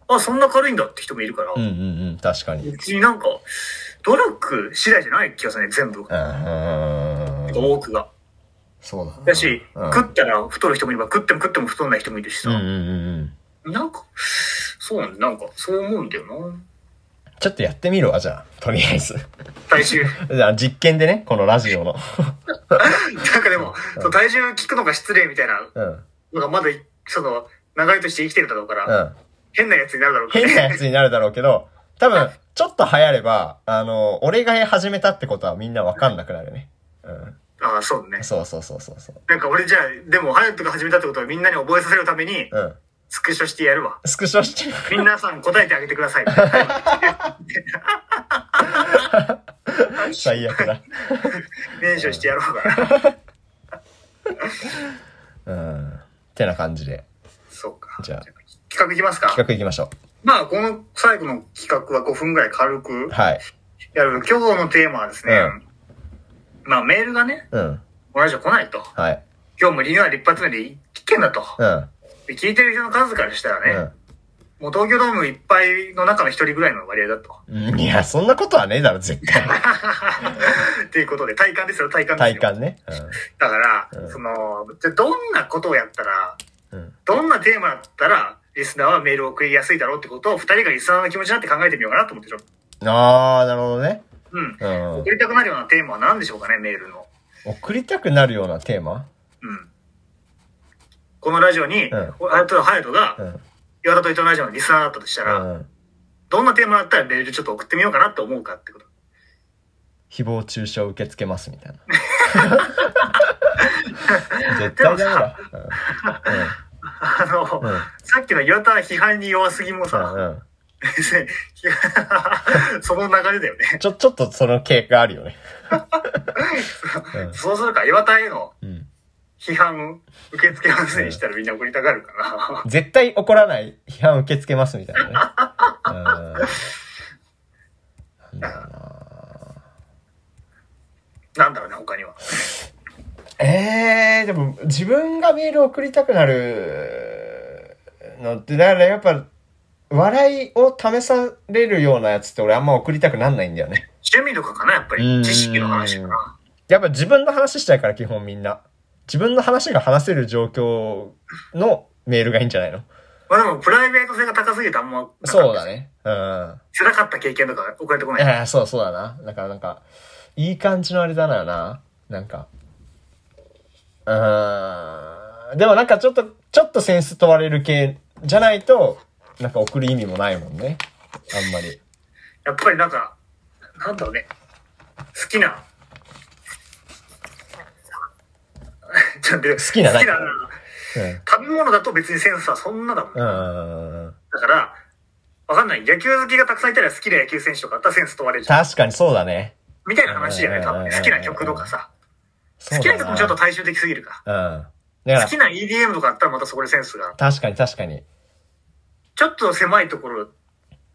S1: あ、そんな軽いんだって人もいるから
S2: うん、うんうん。確かに。
S1: 別になんか、努力次第じゃない気がするね、全部
S2: う
S1: が。
S2: んうんうんうんうん。
S1: 多くが。
S2: そうだな。
S1: だし、
S2: うん
S1: 食ったら太る人もいれば、食っても食っても太らない人もいるし
S2: う
S1: さ。
S2: んうんうんうん。
S1: なんか、そうなんだ、なんか、そう思うんだよな。
S2: ちょっとやってみるわ、じゃあ。とりあえず。
S1: 体重。
S2: じゃあ実験でね、このラジオの。
S1: なんかでも、そう体重聞くのが失礼みたいな
S2: うん。うん。
S1: のがまだ、その、流れとして生きてるだろうから、変なやつになるだろうか
S2: 変
S1: ら
S2: な
S1: ね。
S2: やつになるだろうけど、多分、ちょっと流行れば、あの、俺が始めたってことはみんなわかんなくなるね。う
S1: ああ、そうね
S2: ん。。そうそうそうそうそう。
S1: なんか俺じゃあ、でも、ハヤトが始めたってことはみんなに覚えさせるために、
S2: うん。
S1: スクショしてやるわ。
S2: スクショして、
S1: 皆さん答えてあげてくだ さい。はい
S2: 最悪だ。
S1: 練習してやろうから。
S2: うん。ってな感じで、
S1: そうか。
S2: じゃあ
S1: 企画いきますか。
S2: 企画いきましょ
S1: まあ、この最後の企画は5分ぐらい軽く
S2: う。はい。
S1: やる。今日のテーマはですね、
S2: うん
S1: まあ、メールがね、
S2: うん。
S1: 同じじゃ来ないと。
S2: はい。
S1: 今日もリニューアル一発目で一件だと。
S2: うん。
S1: で聞いてる人の数からしたらね、
S2: うん
S1: もう東京ドームいっぱいの中の一人ぐらいの割合だと。
S2: うん。いや、そんなことはねえだろ、絶対。
S1: っていうことで、体感ですよ、体感です
S2: 体
S1: よ。
S2: 感ね。
S1: だから、
S2: うん
S1: その、じゃあどんなことをやったら、
S2: うん。うん。
S1: どんなテーマだったら、リスナーはメールを送りやすいだろうってことを、二人がリスナーの気持ちになって考えてみようかなと思ってちょっと。
S2: あー、なるほどね。
S1: うん。
S2: うん
S1: 送。りたくなるようなテーマは何でしょうかね、メールの。
S2: 送りたくなるようなテーマ
S1: うん。このラジオに、
S2: うん
S1: 俺ハヤトハヤトが
S2: う、ん。
S1: 岩田と伊藤のラジオのリスナーだったとした
S2: う
S1: ら、
S2: ん。
S1: どんなテーマだったらメールちょっと送ってみようかなって思うかってこと。
S2: 誹謗中傷受け付けますみたい な。絶対ダメだ。
S1: あの、
S2: うん。うん。
S1: さっきの岩田は批判に弱すぎもさ、
S2: うん。うん。
S1: 別に批判 その流れだよね。
S2: ちょ、ちょっとその経過あるよね。
S1: そうするか、岩田への
S2: うん。
S1: 批判受け付けますにしたらみんな送りたがるかな。
S2: 絶対怒らない批判受け付けますみたいなね。うん。なんだろ
S1: なんだろ
S2: うな
S1: うね、他には。
S2: ええー、でも自分がメール送りたくなるのって、だからやっぱ、笑いを試されるようなやつって俺あんま送りたくなんないんだよね。
S1: 趣味とかかな、やっぱ
S2: うん
S1: り。知識の話かな。
S2: やっぱ自分の話したいから基本みんな。自分の話が話せる状況のメールがいいんじゃないの
S1: まあでも、プライベート性が高すぎてあんま、
S2: そうだ。ね。うん。
S1: 辛かかった経験とか送られてこない。
S2: ええそうそうだな。だからなんか、いい感じのあれだな、な。なんか。うーん。でもなんかちょっと、ちょっとセンス問われる系じゃないと、なんか送る意味もないもんね。あんまり。
S1: やっぱりなんか、なんだろうね。好きな。ちょっと待って
S2: 好きな
S1: 好
S2: 何
S1: きな食べ物だと別にセンスはそんなだもん。
S2: うん。うん。
S1: だから、わかんない。野球好きがたくさんいたら好きな野球選手とかあったらセンス問われるじゃん。
S2: 確かにそうだね。
S1: みたいな話じゃない多分ね。好きな曲とかさ。
S2: そ
S1: 好
S2: う
S1: きな
S2: だ
S1: 曲
S2: な。
S1: もちょっと大衆的すぎるか。
S2: うん。
S1: 好
S2: だから
S1: き、な EDM とかあったらまたそこでセンスが。
S2: 確かに確かに。
S1: ちょっと狭いところ、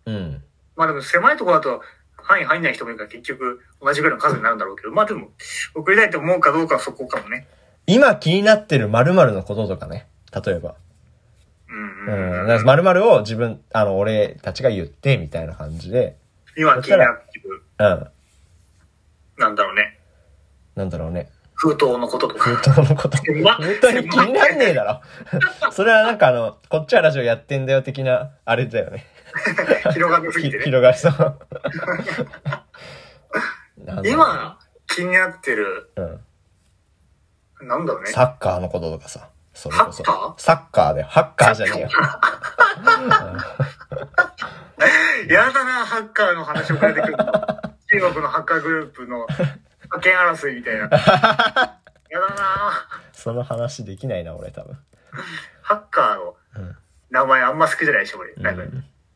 S2: うん。
S1: まあでも狭いところだと範囲入んない人もいるから結局同じぐらいの数になるんだろうけど、まあでも送りたいと思うかどうかはそこかもね。
S2: 今気になってる〇〇のこととかね。例えば。
S1: うん
S2: う
S1: うん。
S2: ん。だから〇〇を自分、あの、俺たちが言って、みたいな感じで。
S1: 今気になってる、
S2: うん。
S1: なんだろうね。
S2: なんだろうね。
S1: 封筒のことと
S2: 封
S1: か。
S2: 筒のこと。
S1: うまっ
S2: 封筒に気になんねえだろ。それはなんかあの、こっちはラジオやってんだよ的な、あれだよね。
S1: 広がりすぎ
S2: ひ
S1: てね。
S2: 広がりそう。なんだろう、
S1: 今気になってる、
S2: うん。
S1: なんだろうね。
S2: サッカーのこととかさ。それこそ。
S1: ハッカー
S2: サッカーだよ。ハッカーじゃねえよ。
S1: やだな、ハッカーの話を変えてく るの。中国のハッカーグループの覇権争いみた いな。やだな
S2: その話できないな、俺多分。
S1: ハッカーの
S2: うん
S1: 名前あんま好きじゃないでしょ、俺。なんか、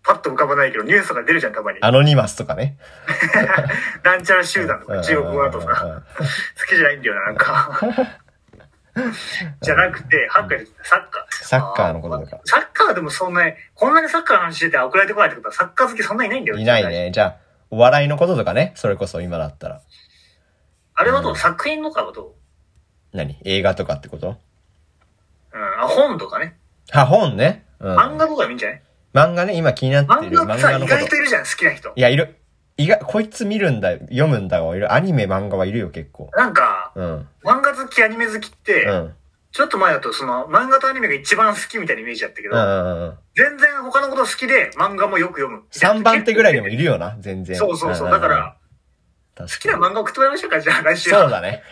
S1: パッと浮かばないけど、ニュースとか出るじゃん、たまに。
S2: アノニマスとかね。
S1: なんちゃら集団と
S2: う
S1: か、
S2: ん
S1: 中国語だと
S2: うんうんうん
S1: さ、好きじゃないんだよな、なんか。じゃなくて、ハッカーで、サッカー。
S2: サッカーのこととか
S1: サッカーでもそんなに、こんなにサッカーの話してて送られてこないってことは、サッカー好きそんなにいないんだよ。
S2: いない。ね。じゃあ、お笑いのこととかね。それこそ今だったら。
S1: あれはどう作品とかはど
S2: 何映画とかってこと
S1: ううん、あ、本とかね。
S2: あ、本ね。うん。
S1: 漫画とかでもいいんじゃない
S2: 漫画ね、今気になって
S1: 漫
S2: る
S1: 画ってさ、
S2: 漫画
S1: 意
S2: の
S1: 外
S2: こと
S1: と。いるじゃん、好きな人
S2: い。や、いる。意外、こいつ見るんだ、読むんだがいる。アニメ、漫画はいるよ、結構。
S1: なんか、
S2: うん。
S1: 漫画好き、アニメ好きっ
S2: う
S1: て、
S2: ん。
S1: ちょっと前だと、その、漫画とアニメが一番好きみたいなイメージだったけ
S2: うんう
S1: ど、
S2: んうん。
S1: 全然他のこと好きで、漫画もよく読む。
S2: 3番手ぐらいでもいるよな、全然。
S1: そうそうそう。
S2: んん
S1: だ
S2: ん
S1: から、、
S2: 好
S1: 好きな漫画送ってもらいましょうか、じゃあ来週。
S2: そう だね。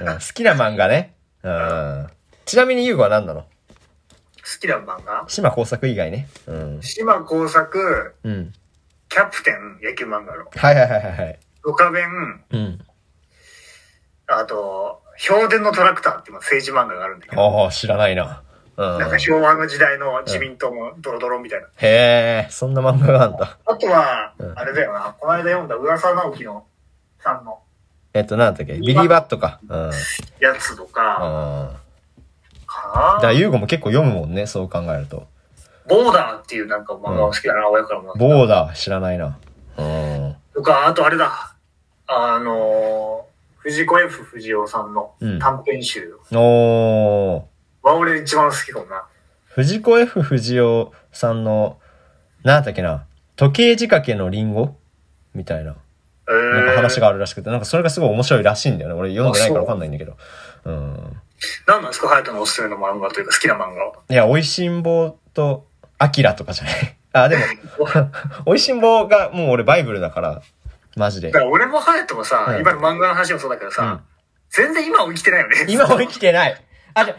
S2: うん好きな漫画ね。うん。ちなみに優吾は何なの
S1: 好きな漫画
S2: 島工作以外ね。うん。
S1: 島耕作、
S2: うん。
S1: キャプテン、野球漫画の。
S2: はいはいはいはいはい。
S1: ドカベン、
S2: うん。
S1: あと、氷伝のトラクターっていう政治漫画があるんだけど、
S2: ああ、知らないな。うん
S1: なん。か昭和の時代の自民党のドロドロみたいな。
S2: へえ、そんな漫画があんだ。
S1: あとは
S2: う、ん
S1: あれだよな、この間読んだ浦沢直樹の、さんの
S2: えっと、なんだったっけビリーバットか。うん。うん。
S1: やつとか、
S2: だ
S1: か
S2: から
S1: な
S2: 優吾も結構読むもんね、そう考えると。
S1: ボーダーっていうなんか漫画が好きだな、親からもらった。
S2: ボーダー知らないな。うん。
S1: とか、あとあれだ、あのー、藤子 F 不二雄さんの
S2: うん
S1: 短編集
S2: おー。
S1: は俺一番好きかもな。
S2: 藤子 F 不二雄さんの、なんだっけな、時計仕掛けのリンゴみたいな、
S1: え
S2: なん
S1: ー、
S2: か話があるらしくて、なんかそれがすごい面白いらしいんだよね。俺読んでないから
S1: あ
S2: わ
S1: そう
S2: かんないんだけど。うん。
S1: 何なんですか、ハヤトのおすすめの漫画というか好きな漫画 は。
S2: いや、美味しんぼと、アキラとかじゃない。 あ、でも、
S1: だ
S2: 美味しんぼがもう俺バイブルだから、マジで
S1: か。ら俺もハヤトもさ、
S2: うん
S1: 今の漫画の話もそうだけどさ、全然今を生きてないよね。
S2: 今を生きてない。あ、で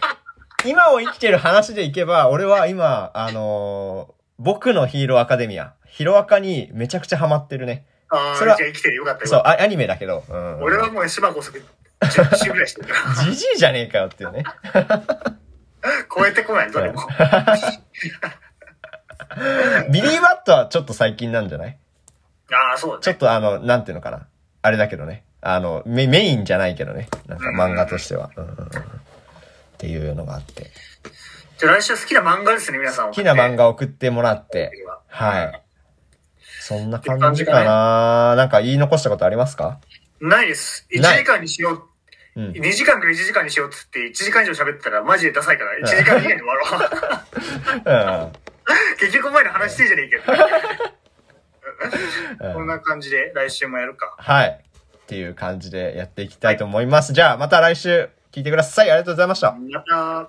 S2: 今を生きてる話でいけば、俺は今、あのー僕のヒーローアカデミア、ヒロアカにめちゃくちゃハマってるね。
S1: ああ、
S2: そ
S1: じ
S2: れ
S1: ゃ
S2: は
S1: あ生きてるよかったよ。
S2: そう、あアニメだけど。うん
S1: 俺はもう島耕作10周ぐらいしてる か
S2: じじいじゃねえかよっていうね。
S1: ら、超えてこない、どれも。
S2: ビリー・バットはちょっと最近なんじゃない
S1: ああ、そう
S2: ち
S1: だ
S2: ょっ
S1: ね。
S2: とあの、なんていうのかな。あれだけどね。あの、メメインじゃないけどね。なんか漫画としては。うんうんうんっていうのがあって。
S1: じゃあ来週好きな漫画ですね、皆さん。
S2: 好きな漫。画送ってもらって。はい。そんな感じかななんか言い残したことありますか
S1: ないです。1
S2: ない
S1: 時間にしよう。
S2: うん。
S1: 2時間から1時間にしようっつって、1時間以上喋ってたらマジでダサいから、1時間以内に終わろう。
S2: うん
S1: 結局お前の話していいじゃねえかよ。
S2: うん
S1: こんな感じで来週もやるか。
S2: はい。っていう感じでやっていきたいと思います。じゃあ、また来週聞いてください。ありがとうございました。
S1: やったー。